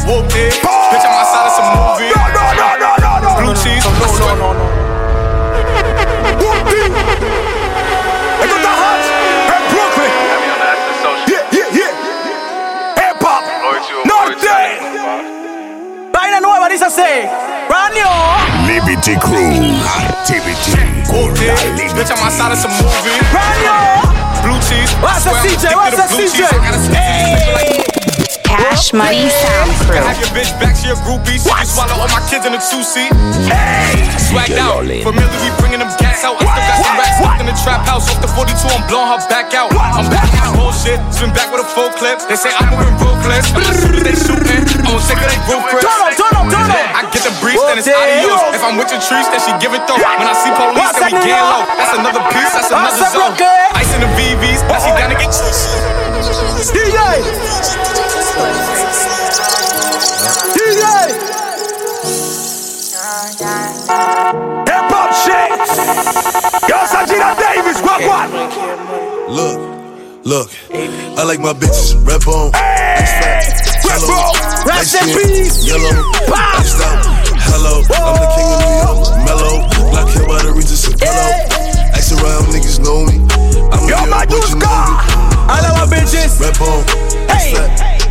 whooped it. Bitch, I'm outside of some movie. No, no, no, no, no, no. Blue cheese. No, no, no, no, no. Whooped it. Esto está hot en Brooklyn. Yeah, yeah, yeah. Hip hop. Norte. Vaina nueva, dice así. Brand new. Liberty Crew Activity. Bitch, I'm outside of some movie. Blue cheese. What's I swear up, I'm CJ? addicted What's to up, blue CJ? cheese. I gotta stick to this bitch like- Cash Money Sound Crew. Have your bitch back to your groupies. What? Swallow all my kids in a two seat. Hey, swagged out. Familiar, we bringing them cats out. I still got some racks left in the trap house. Off the 42, I'm blowing her back out. I'm back out. Bullshit, swim back with a full clip. They say I'm moving ruthless. I'm a shooter, they shooting. I'm sick of they roof grips. Turn up, turn up, turn up. I get the breeze, then it's adios. If I'm with your trees, then she give it though. When I see police, then we get low. That's another piece, that's another zone. Ice in the VVs, now she down to get DJ. Hip hop shit. Yo, Sajira Davis, what, what? Look, look, I like my bitches red bone, red bone, Rest in peace, yellow, iced out, hello, I'm the king of New York, mellow, black hair by the Regis Apollo, ask around, niggas know me, I'm Yo, my dude's gone, I like my bitches red bone, hey,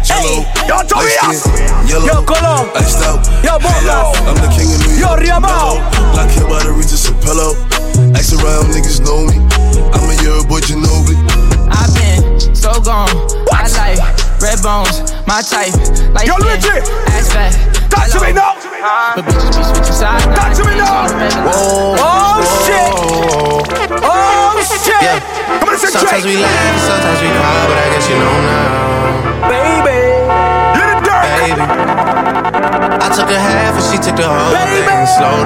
hey, yo, Tobias, yellow, Colón, iced out, yo, Bolas, I'm the king of New York, yo, Riamao, black hair by the Regis Apollo, ask around, niggas know me, I'm a year boy, Ginobili. I've been so gone. I like red bones, my type. Like Yo, legit. Ass fat. Talk to me now. But bitches be switching sides. Talk to me now. Oh, shit. Oh, shit. Come on, it's a Sometimes Drake. we laugh, sometimes we cry, but I guess you know now. Baby, you're the dirt. Baby, I took a half and she took the whole thing. Slow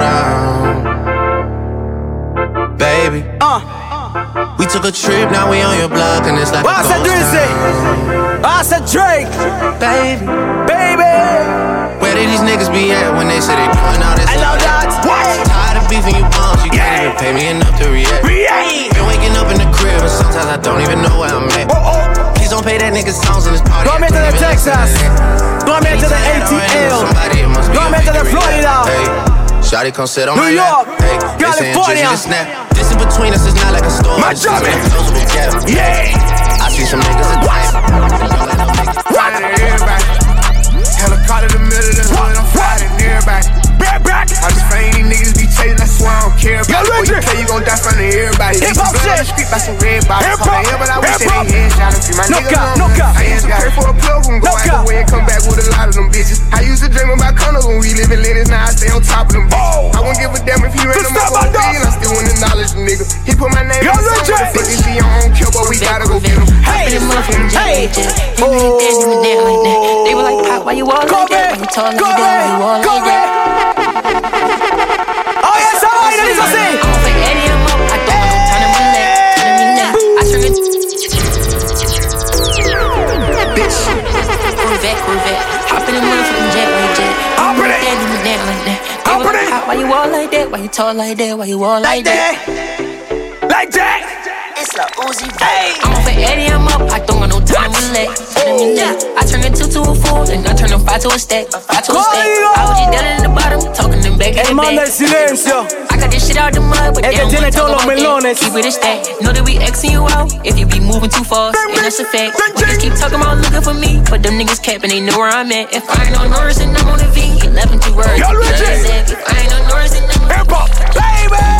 down, baby. Uh. We took a trip, now we on your block and it's like What's a that Drizzy? What's that Drake? Baby, baby. Where did these niggas be at when they say they doing all this? I know that. What? Tired of beefing you bums, you can't even pay me enough to react. Been waking up in the crib and sometimes I don't even know where I'm at. Please don't pay that nigga songs in this party. Go me to the Texas. Go me to the ATL. Go me to the Florida. Shotty come sit on New my York, lap. Hey, they saying California. Drizzy the snap. This in between us is not like a store. My job Yeah. I see some niggas a Helicopter the middle of the hood, I'm fighting everybody. Back, back. I just find these niggas be chasing, that's why I don't care about it. Boy, you play, you gon' die from the everybody. Hip hop Blood on shit. the street by some red bodies. Hip Call hop, me here, but I wish hip that hop. they hands shot a few. My No niggas cap, alone. no cap. I used to pray for a pilgrim, go out the way and come back with a lot of them bitches. I used to dream about condos when we live in Linus, now I stay on top of them Oh. bitches. I won't give a damn if he ran them up on the and I still want to knowledge the nigga. He put my name Yo, in the legit. song, but this shit, I don't care, but we gotta go get him. Hey, hey, Oh, They were like, Pop, why you all like that? Why you tall like that? Why you all like that? Oh, yes, I like that. It's a thing. I don't play any of them. I don't know. Turn them on that. Turn them in that. I sure it. Bitch. Corvette, Corvette. Hop in the motherfucking jet, like jet. Hop in it. Do me that, like that. They were like, Pop, why you all like that? Why you tall like that? Why you all like that? Like that. It's a Uzi. Hey. I'm over 80, I'm up. I don't got no time to relax. Turn me left. I turn a two to a four, then I turn a five to a stack, a five to a stack. I was just down in the bottom, talking them back in the Hermano el back. silencio. I got this shit out the mud, but Este they don't tiene wanna todos talk los about that. melones. Keep it a stack. Know that we Xing you out if you be moving too fast, and that's a fact. Niggas keep talking about looking for me, but them niggas capping, they know where I'm at. If I ain't on Norris, then I'm on a V. 11 two words. Y'all Love legit. that. If I ain't on Norris, then I'm on a V.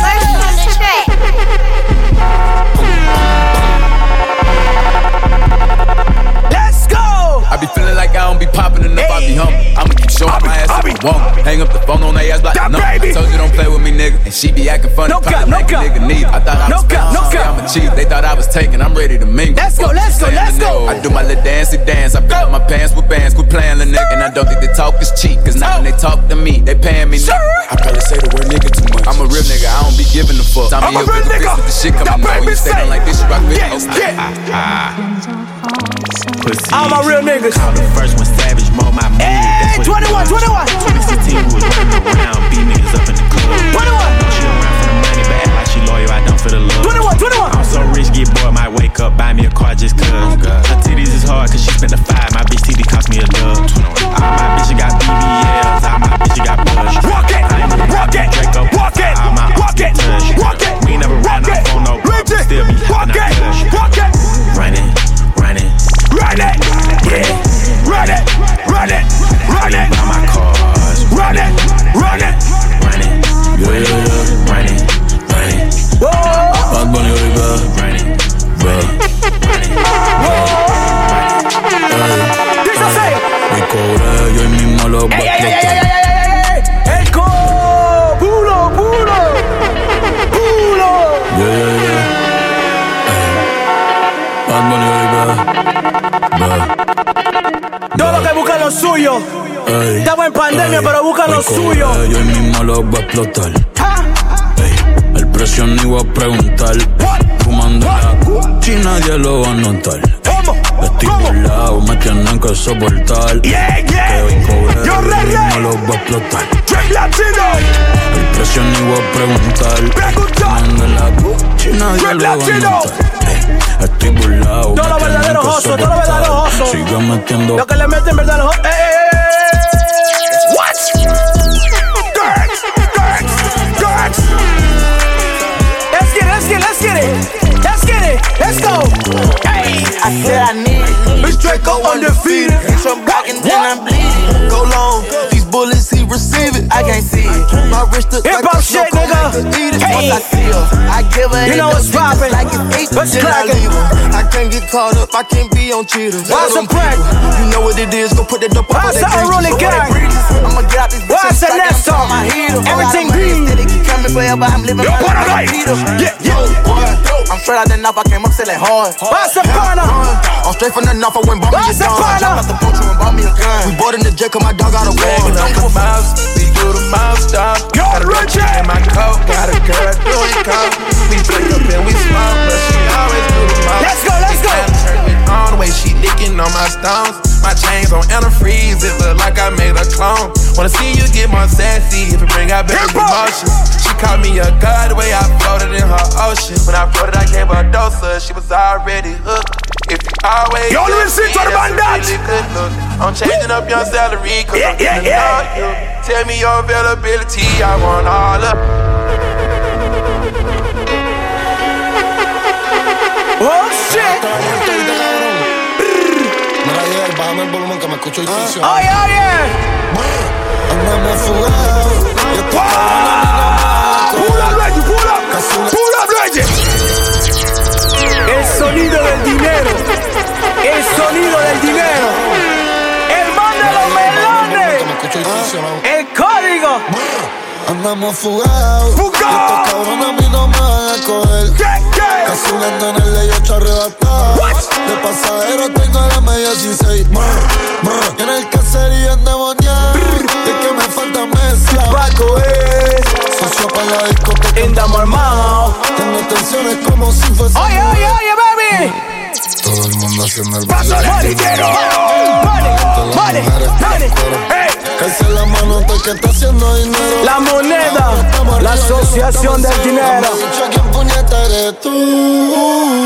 Let's go! I be feeling like I don't be popping enough, I be humble. I'ma keep showing my ass if I want. Hang up the phone on their ass like no. I told you don't play with me, nigga. And she be acting funny. No probably cap, no like a cap. nigga need. I thought I No was cap, no special, say cap. I'm a cheat. They thought I was taking. I'm ready to mingle. Let's go, Fuck let's you go, saying, let's go. I do my little dancey dance. I got my pants with bands. Quit playing, the nigga. And I don't think the talk is cheap. Cause now when they Oh. talk to me, they paying me. Sure. I probably say the word nigga too much. I'm a real nigga. I don't be giving a fuck. I'm a real nigga. The shit Now coming make out. me You say, standing like this, you rock me. yeah, Oh, yeah. ah, ah, ah. Pussy. All my real niggas. Call the first one savage, mo my mood. That's what it 21, was. 21. 2016, we was running around, beat niggas up in the club. 21. She around for the money, but act like she loyal, I done for the love. 21, 21. I'm so rich, get bored, might wake up, buy me a car just cuz. Her titties is hard, cause she spent a five, my bitch TD cost me a dub. All my bitches got it. Buy my cars. Run it. Run it. Run it. Yeah. Run it. Run it. Whoa. Bug bunny with it, bro. Run it. Bro. Me cobra, yo mismo lo Ey, ey, ey, ey, ey, boteto. ey, ey, ey. El co- Pulo, pulo. Pulo. Yeah, yeah, yeah. Ay. Bad Bunny, ey, Todo lo que busca lo suyo. bro. Ey. Estamos en pandemia, pero busca lo Me cobra, suyo. Yo mismo lo voy a explotar. Ey, El precio ni voy a preguntar. Fumando la Gucci, nadie lo va a notar. Estoy burlado, me tienen que soportar. Yeah, yeah. Que hoy cobré, Yo, Rey, yo Rey. mismo lo voy a explotar. Drink Latino. El precio ni voy a preguntar. Fumando la Gucci, nadie lo va a Latino. notar. Ey, Estoy Todo burlado, lo me tienen verdadero que oso, todo lo soportar. verdadero oso. Sigo metiendo Lo que le meten verdad los. ey, ey, ey, ey. Let's get it, let's get it, let's get it. Let's get it, let's go. Hey, I said I need it. Bitch Draco undefeated. bitch, I'm blocking, then I'm bleeding. Go long, these bullets, he receive it. I can't see it. My wrist look Hip like hop a shit, smoke, nigga. I like to eat it. Hey. Once I see her, I give her You know enough what's dick, poppin'. Like it's eight, What's then I crackin'? leave her. I can't get caught up, I can't be on cheaters. Why's Let 'em the crack? beat her. You know what it is, go put that up Why's on the unruly gang? I'ma get out this bitch. Why's the next song? My heater. Everything green. Coming forever, I'm living Yo, my what a life. life. Yeah, yeah, yeah. I'm straight out the knife, I came up selling hard. Why's the burner? I'm straight from the knife, I went bought me a Why's the gun. burner? Dropped out the porch and bought me a gun. We bought in the jet, 'cause my dog got a wall. Nigga, I'm the mob, we do the mob stop. Got a rich in my coat, got a girl doing coke. We break up and we smoke, but she always do the mob. Let's go, let's go. Turn me on the way she licking on my stones. My chains on antifreeze, it look like I made a clone. Wanna see you get more sassy if it bring out better emotions. She called me a god the way I floated in her ocean. When I floated, I gave her a dose of, she was already hooked. If you always Y'all look listen to me, the that's a bandage. really good look. I'm changing up your salary, cause Yeah, I'm yeah, feeling yeah. all you. Tell me your availability, I want all up. Oh shit. Mira, ayer, bájame el volumen que me escucho Ah. el oye, Oye, oye. Andamos fugados. Yo estoy Pull up, Reggie. Pull up. Pull up, Reggie. El sonido del dinero. El sonido del dinero. El man de los melones. Ah. El código. Andamos fugados. Estos cabrones a mí no me van a coger. Casi un andón en el lecho arrebatado. De pasajero tengo la media 16. Brr, brr. Y en el caserío endemoniado. Y es que me falta mezcla. Paco es. Socio para la discoteca. Andamos armados. Tengo tensiones como si fuese. Oye, oye, oye, baby. Todo el mundo haciendo el Paso el baile. dinero. Todas las mujeres tienen cuero. Esa es la mano de que está haciendo dinero. La moneda. La asociación del dinero. Yo quién puñeta eres tú.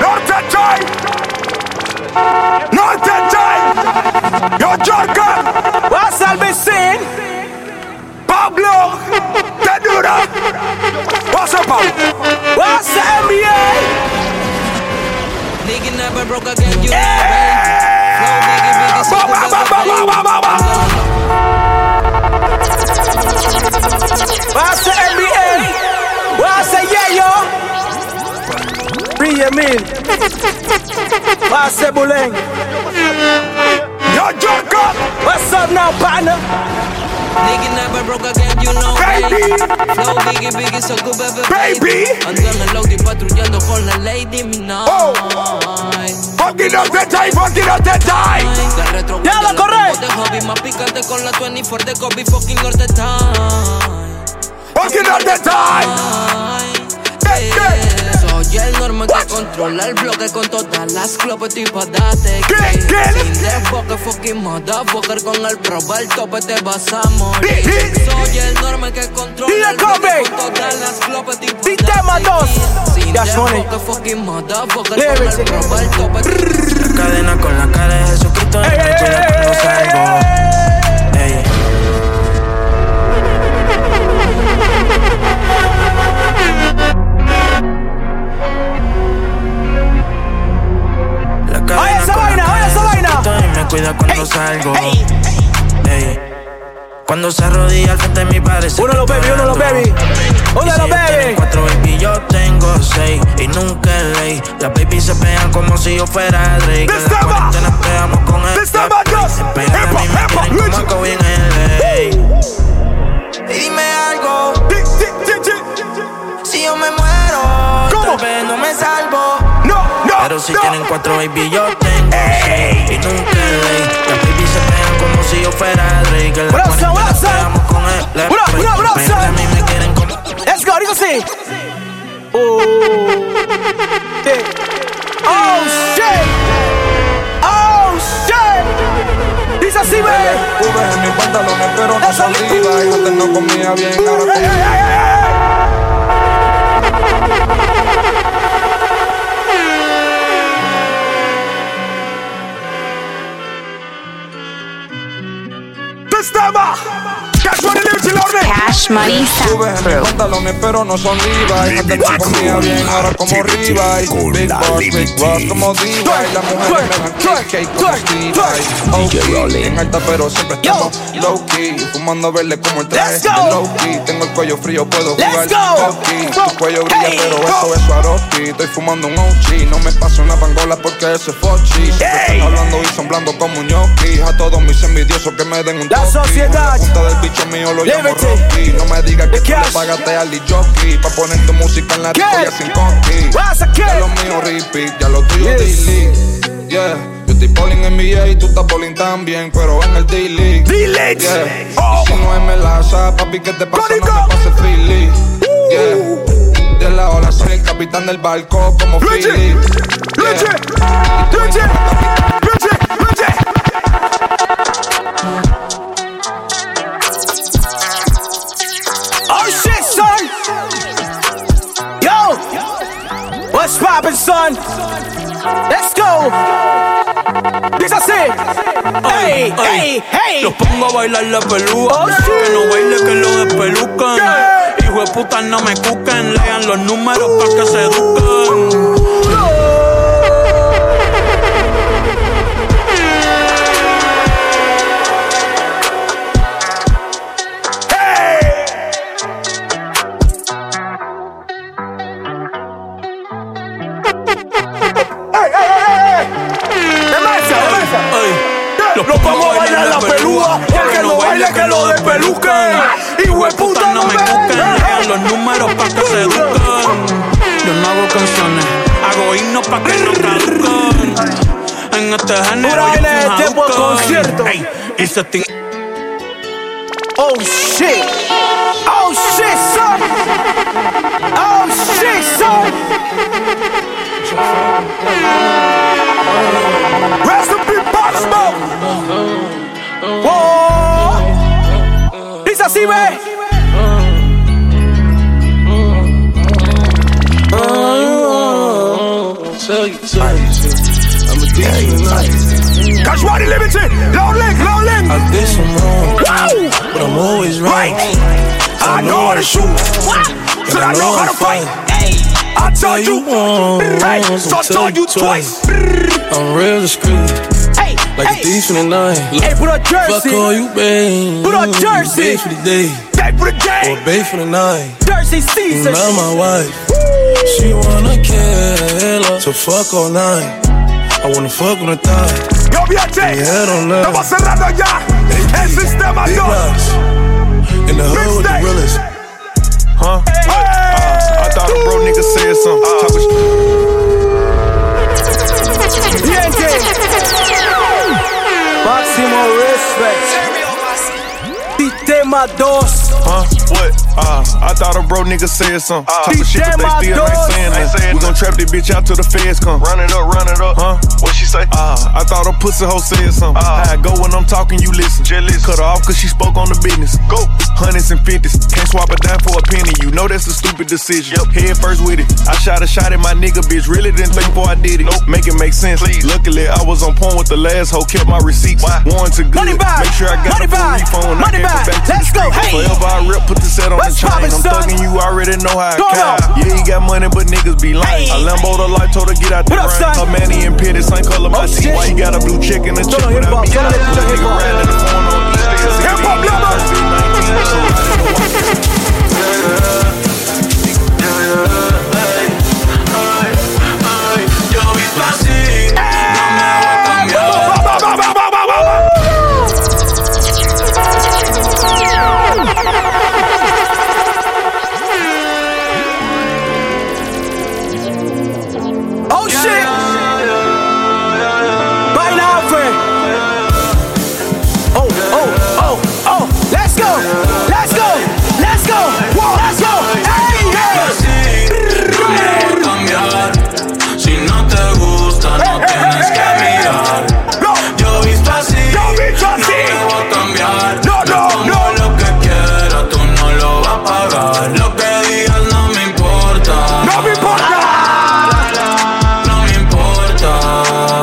Norte Jai. Norte Jai. Yo, Jorka. Vas al vecino. Pablo. Tendura. What's up, Pablo? What's the NBA? Nigga never broke again, you Vas a NBA. Vas a Yayo. Benjamin. Vas a Buleng. Yo, Jorka. What's up now, partner? Nigga never broke again, you know Baby. Flow biggie, biggie, so good, baby Baby. Oh. Ando en el load y patrullando con la ley, dime no Fucking Norte Jai. Fucking Norte Jai. Ya lo corre de hobby, más picante con la 24 de Kobe Fucking North Time Fucking Norte Jai. Yeah, yeah. Soy el normal que controla el bloque con todas las clopes tipo date ¿Qué? ¿Qué? Sin desboque fucking motherfucker con el probar el tope te vas a morir Soy el normal que controla Dile, el bloque come. con todas las clopes tipo Sistema 2. That's money. fucking motherfucker Lyrics. con el probar el tope Cadena con la cara de Jesucristo en la mochila cuando salgo. Ey. La cadena cuida cuando salgo. Ey. Cuando se arrodilla al frente de mi padre se Uno me lo bebe, para uno lo todo. bebe. Uno Y si lo ellos bebe. tienen Cuatro baby, yo tengo seis y nunca es ley. Las baby se pegan como si yo fuera Drake. En la cuarentena pegamos con él. Pegan a mí me quieren como a Kobe en LA. Y dime algo. Si yo me muero, tal vez no me salvo. Pero si tienen cuatro baby, yo tengo seis y nunca es ley. Las baby se pegan como si yo fuera Drake. En la cuarentena Brazo, brazo. pegamos con él. Bra, bra, brazo. Pegan a mí me quieren como Let's go, you see. Oh, shit. Oh, shit. Oh, shit. Dice así, baby. en mi pantalón, pero no salía y antes no comía bien. Ahora como This time, Cash Money Lyrics, you love me. Cash Money Sube en mis pantalones, pero no son Levi's. Antes no comía bien, ahora como Levi's. Big Boss, Big Boss, como Levi's. Las mujeres me dan cheesecake como Steve Low-key, en alta, pero siempre estamos low-key. Fumando verde como el traje Let's de go. low-key. Tengo el cuello frío, puedo jugar Let's go. hockey. Tu cuello brilla, pero eso es Swarovski. Estoy fumando un OG. No me paso una pangola porque eso es Fochi. Están hablando y son blandos como un gnocchi. A todos mis envidiosos que me den un La sociedad. punta del bicho mío lo llamo Liberty. Rocky. No me digas que tú Cash. le pagaste al DJ jockey pa' poner tu música en la ¿Qué? discoteca sin conky. Raza, ¿qué? Ya lo mío repeat, ya lo tuyo D-League. Yeah, yo estoy bowling en mi y tú estás bowling también, pero en el D-League. D-League. Yeah. Oh. Oh, Y si no es melaza, papi, ¿qué te pasa? No me pases Philly. Uh. Yeah. De la ola soy el capitán del barco como Philly. Yeah. Y tú encima Oh shit, son. Yo, what's poppin', son? Let's go. Dice así. Hey, hey, hey. Los pongo a bailar la pelúa. Oh, Que no baile, que lo despeluquen. Hijo de puta, no me cuquen. Lean los números para que se eduquen. Los vamos a bailar la pelúa, porque no baile que lo despeluquen. Hijo de puta, no me Lean los números para que se eduquen. Yo no hago canciones, hago himnos para que no caduquen. En este género yo soy un tiempo de Hadouken. concierto. Ey, y se ting- Oh shit. Oh shit, son. Oh shit, son. Rest in peace, Pop Smoke. Whoa. Dice así, ve. Cash Money Limited, Low Link, Low Link. I did some wrong, but I'm always right. I know how to shoot, so I know how to fight. I tell you once, hey, so I tell you twice. I'm real discreet. Hey, like a thief in the night. Hey, put a jersey. Fuck all you, babe. Put on jersey. Babe for the day. Babe for the day. Or babe for the night. Jersey season. Not my wife. She wanna kill her. So fuck all night. I wanna fuck on the thigh. Yo, mi gente, estamos cerrando ya el sistema 2. uh, In the hood with the realest. Huh? Uh, I thought a bro nigga said something. Uh, Talk of Gente. Máximo respect. Sistema 2. Huh? What? Uh, I thought a bro nigga Uh, said something. Talk of shit, but they still ain't saying nothing. We gon' trap this bitch out till the feds come. Run it up, run it up. Huh? What she say? Uh, I thought a pussy hoe said something. How I go when I'm talking, you listen. Jealous. Cut her off cause she spoke on the business. Go. Hundreds and fifties. Can't swap a dime for a penny. You know that's a stupid decision. Head first with it. I shot a shot at my nigga, bitch. Really didn't think before I did it. Make it make sense. Luckily, I was on point with the last hoe. Kept my receipts. Warranted good. Money back. Make sure I got a full refund. I Money gave it back. back to the Let's go. street. Hey. Forever I rip, put the set on on the chain. I'm thugging you, already know how I count. Yeah, he got money, but niggas be lying. I Lambo the life, told her get out the run. Her manny and pitted, same color my teeth. Why you got a blue chick and a chick without me? Let a nigga ride in the phone on East Day. Hip hop lovers. Oh shit! Right now, friend. Oh, oh, oh, oh. Let's go! Let's go! Let's go! Let's go! Hey, hey! Prometo cambiar. Si no te gusta, no tienes que mirar. Yo visto así, no me voy a cambiar. No, no, no. lo que quieras, tú no lo vas a pagar. Lo que digas no me importa. No me importa. No me importa.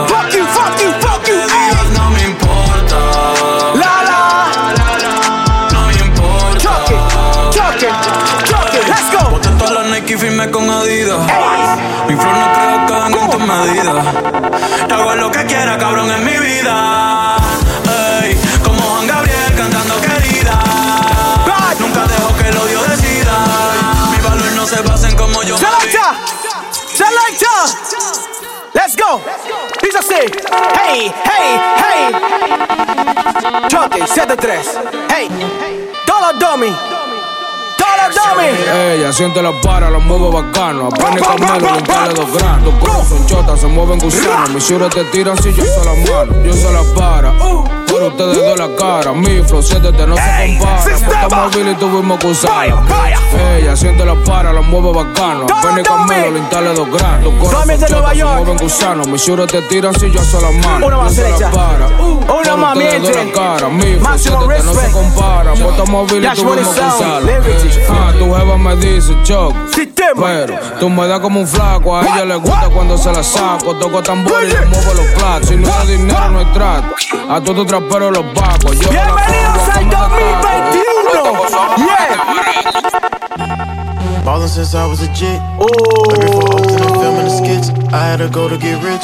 Fuck you, fuck you, fuck you. No me importa. La la. No me importa. Chuck it, chuck it, chuck it. Let's go. Ponte todas las Nike y firme con Adidas. Mi flow no creo que venga en tus medidas. Yo hago lo que quiera, cabrón, en mi vida. Ey, como Juan Gabriel cantando querida. Nunca dejo que el odio decida. Mi valor no se basa en como yo. me Selector! Selector! Let's go! Dice así. Hey, hey, hey. Chucky, 73. Hey. Todo dummy. Todo dummy. Ella siente la para, la mueve bacano. Aprende conmigo, limpiarle dos granos. Tus culos son chotas, se mueven gusanos. Mis shooters te tiran si yo se la mano. Yo se la para. Pero ustedes doy la cara. Mi flow 7 no se compara. Estamos vil y tuvimos gusanos. Ella siente la para, la mueve bacano. Aprende conmigo, limpiarle dos granos. Tus culos Dame son de chotas, Nueva se York. mueven gusanos. Mis shooters te tiran si yo se la mano. Una Yo más se la derecha. para. Una Pero más ustedes doy miente. la cara. Mi flow Máximo 7 no se respect. compara. Puesto móvil y That's what it tuvimos sound. gusanos. Lyrics. Ah, tu jeva me dice choc. Pero tú me das como un flaco. A ella le gusta cuando se la saco. Toco tambor y le muevo los platos. Si no hay dinero, no hay trato. A todos los traperos los vagos. Yo Bienvenidos al 2021. Ballin' since I was a jit. Ooh. Every four oaks and I'm filming the skits. I had to go to get rich.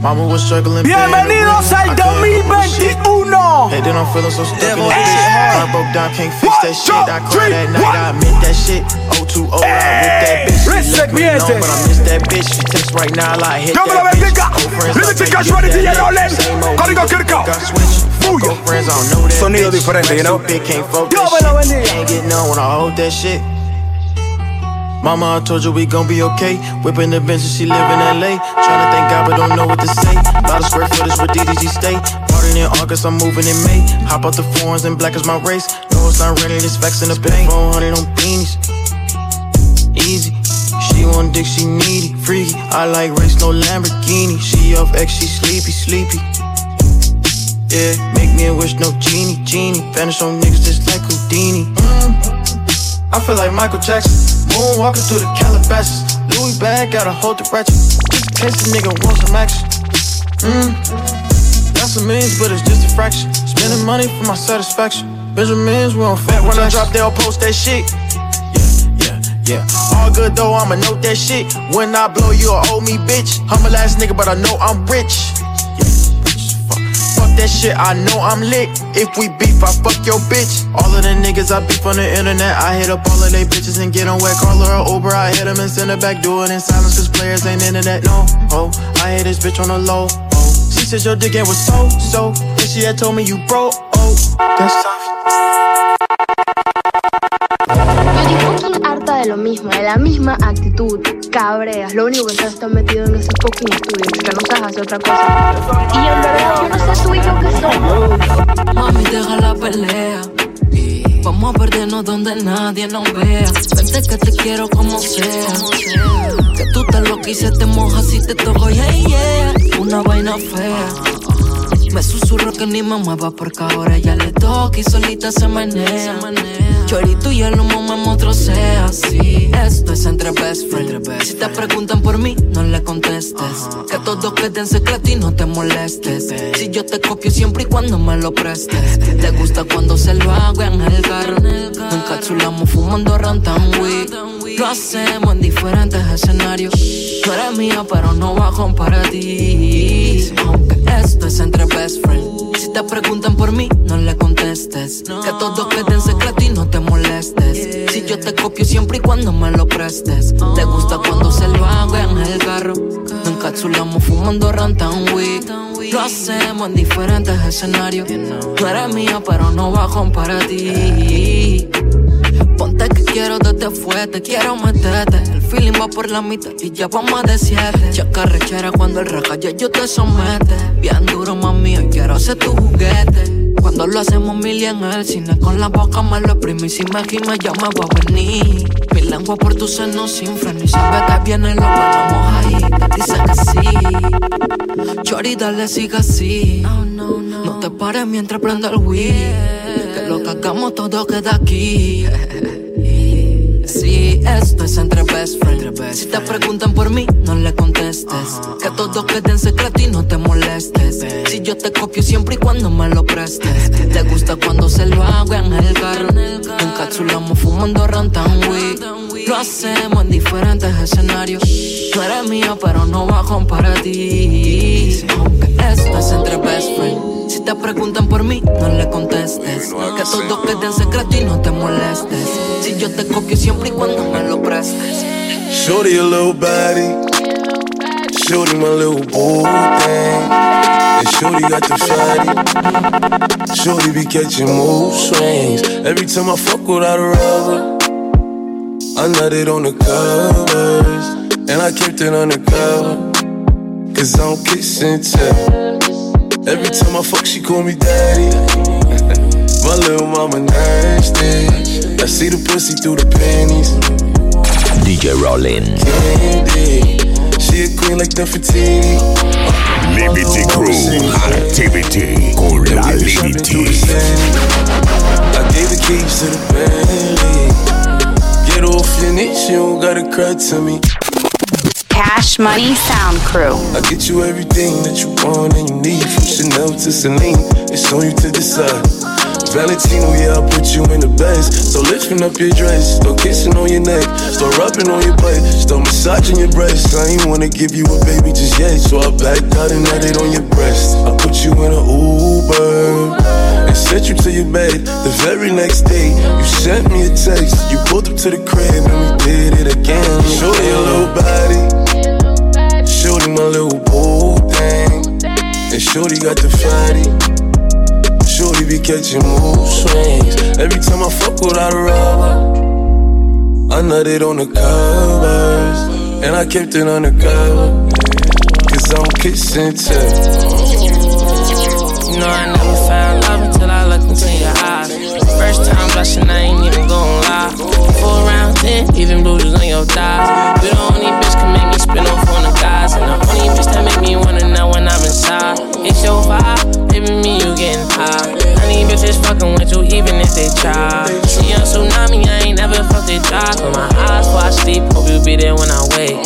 Mama was struggling. Bienvenidos al 2021. Hey, then I'm feeling so stuck in this Hey. shit. I broke down, can't fix that shit. I cried that night, I admit that shit. 020, I whip that bitch. She left me alone, but I miss that bitch. She text right now, I hit Dámelo, that bitch. bendiga. Old friends Little like they chica, hit shorty, that DJ bitch. Roland. Same old Código bitch, Kirko. got switch. Old friends, I don't know that Sonido bitch. diferente, you know? Friends who big can't fuck Dámelo, that shit. bendiga. Can't get none when I hold that shit. Mama, I told you we gon' be okay. Whipping the bench and she live in LA. Tryna thank God, but don't know what to say. Lot of square footage with DDG stay. Parting in August, I'm moving in May. Hop out the foreigns and black is my race. No, it's not raining, it's vexing the pain. 400 on beanies. Easy. She want dick, she needy. Freaky. I like race, no Lamborghini. She off X, she sleepy, sleepy. Yeah, make me a wish, no genie, genie. Vanish on niggas just like Houdini. I feel like Michael Jackson. Moonwalking through the Calabasas. Louis bag, gotta hold the ratchet. Just in case the nigga wants some action. Mm. Got some means, but it's just a fraction. Spending money for my satisfaction. Benjamins, we on fat when I drop, they'll post that shit. Yeah, yeah, yeah. All good though, I'ma note that shit. When I blow, you'll owe me, bitch. Humble ass nigga, but I know I'm rich. Fuck that shit, I know I'm lit. If we beef, I fuck your bitch. All of the niggas I beef on the internet, I hit up all of they bitches and get on wet. Call her a Uber, I hit 'em and send her back. Do it in silence, cause players ain't into that. No, oh, I hit this bitch on the low. Oh, she said your dick game was so, so. And she had told me you broke. Oh, that's Estoy harta de lo mismo, de la misma actitud. Cabreas, lo único que sabes está metido en ese fucking estudio, que no sabes hacer otra cosa. Y en verdad yo no sé tú y yo qué somos. Mami, deja la pelea. Vamos a perdernos donde nadie nos vea. Vente que te quiero como sea. Que tú estás loca y se te moja si te toco, yeah, yeah. Una vaina fea. Me susurro que ni me mueva porque ahora ya le toca y solita se menea. Chorito y el humo me motrocea así. Esto es entre best friends. Si te preguntan por mí, no le contestes. Que todo quede en secreto y no te molestes. Si yo te copio siempre y cuando me lo prestes. Te gusta cuando se lo hago en el carro. Nos encapsulamos fumando rantan Lo hacemos en diferentes escenarios. Tú eres mía, pero no bajo para ti. Aunque esto es entre best friends. Si te preguntan por mí, no le contestes. Que todo quede en secreto y no te molestes. Si yo te copio siempre y cuando me lo prestes. Te gusta cuando se lo hago en el carro. Nos encapsulamos fumando rantan weed. Lo hacemos en diferentes escenarios. Tú eres mía, pero no bajo para ti. Ponte que quiero desde fuerte, quiero meterte. El feeling va por la mitad y ya vamos de siete. Chacarrechera cuando el racayo yo te somete. Bien duro, mami, hoy quiero ser tu juguete. Cuando lo hacemos mil y en el cine con la boca me lo exprimo y si me gime ya me va a venir. Mi lengua por tus senos sin freno y sabe que viene lo ponemos ahí. Dice que sí. Chori, dale, siga así. Oh, No te pares mientras prendo el Wii lo que hagamos todo queda aquí. Si sí, esto es entre best friends. Si te preguntan por mí, no le contestes. Que todo quede en secreto y no te molestes. Si yo te copio siempre y cuando me lo prestes. Te gusta cuando se lo hago en el carro. Encapsulamos fumando rantan weed. Lo hacemos en diferentes escenarios. Tú eres mía, pero no bajo para ti. Aunque esto es entre best friends. Si te preguntan por mí, no le contestes. que todo quede en secreto y no te molestes. Si yo te copio siempre y cuando me lo prestes. Shorty your little body. Shorty my little boo thing. And Shorty got the fatty. Shorty be catching mood swings. Every time I fuck without a rubber, I nut it on the covers. And I kept it undercover. Cause I don't kiss and tell. Every time I fuck, she call me daddy. My little mama nasty. I see the pussy through the panties. DJ Rollin. Candy. She a queen like the Fatini. Liberty Crew Activity con la Liberty. I gave the keys to the Bentley. Get off your knees, you don't gotta cry to me. Cash Money Sound Crew. I get you everything that you want and you need, from Chanel to Celine. It's on you to decide. Valentino, yeah, I put you in the best. So lifting up your dress, start kissing on your neck, start rubbing on your butt, start massaging your breasts. I ain't wanna give you a baby just yet, so I backed out and had it on your breast. I put you in an Uber and sent you to your bed. The very next day, you sent me a text. You pulled up to the crib and we did it again. Show your little body. Shorty my little boo thing. And Shorty got the fatty. Shorty be catching mood swings. Every time I fuck without a rubber, I nutted on the covers. And I kept it undercover. Cause I'm kissing tell. You know I never found love until I looked into your eyes. First time blushing, I ain't even gon' lie. Four round ten, even bruises on your thighs. You the only bitch can make me spin off on the guys, and the only bitch that make me wanna know when I'm inside. It's your vibe, baby, me you getting high. Honey, bitches fucking with you even if they try. See a tsunami, I ain't never felt they dry. But my eyes while I sleep, hope you be there when I wake.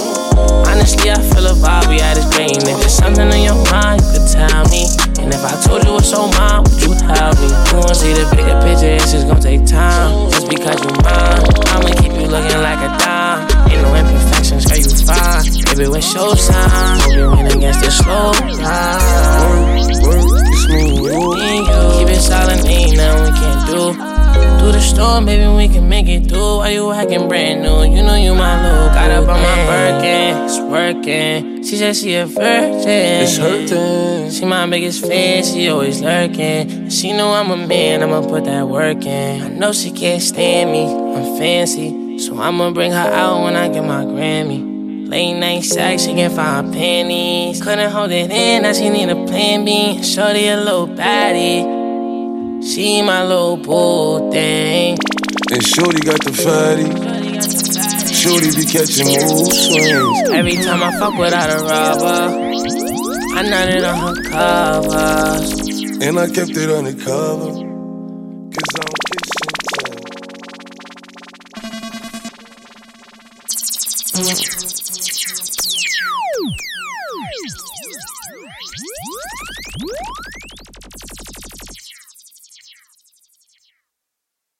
Honestly, I feel a vibe, we out this dream. If there's something on your mind, you could tell me. And if I told you it's so mine, would you help me? You won't see the bigger picture, it's just gonna take time. Just because you mine, I'ma keep you looking like a dime. Ain't no imperfections, girl, you fine. Baby, with show sign, hope you win against the slow line. Keep it silent, ain't nothing we can't do. Through the storm, baby, we can make it through. Why you acting brand new? You know you my little Got up on my Birkin, it's working. She said she a virgin. It's hurting. She my biggest fan, she always lurking. She know I'm a man, I'ma put that work in. I know she can't stand me, I'm fancy. So I'ma bring her out when I get my Grammy. Late night sex, she can find panties. Couldn't hold it in, now she need a plan B. Shorty a little baddie. She my little bull thing. And Shorty got the fatty. Shorty be catching mood swings. Every time I fuck without a rubber, I nutted on her covers. And I kept it undercover. Cause I'm Thank you.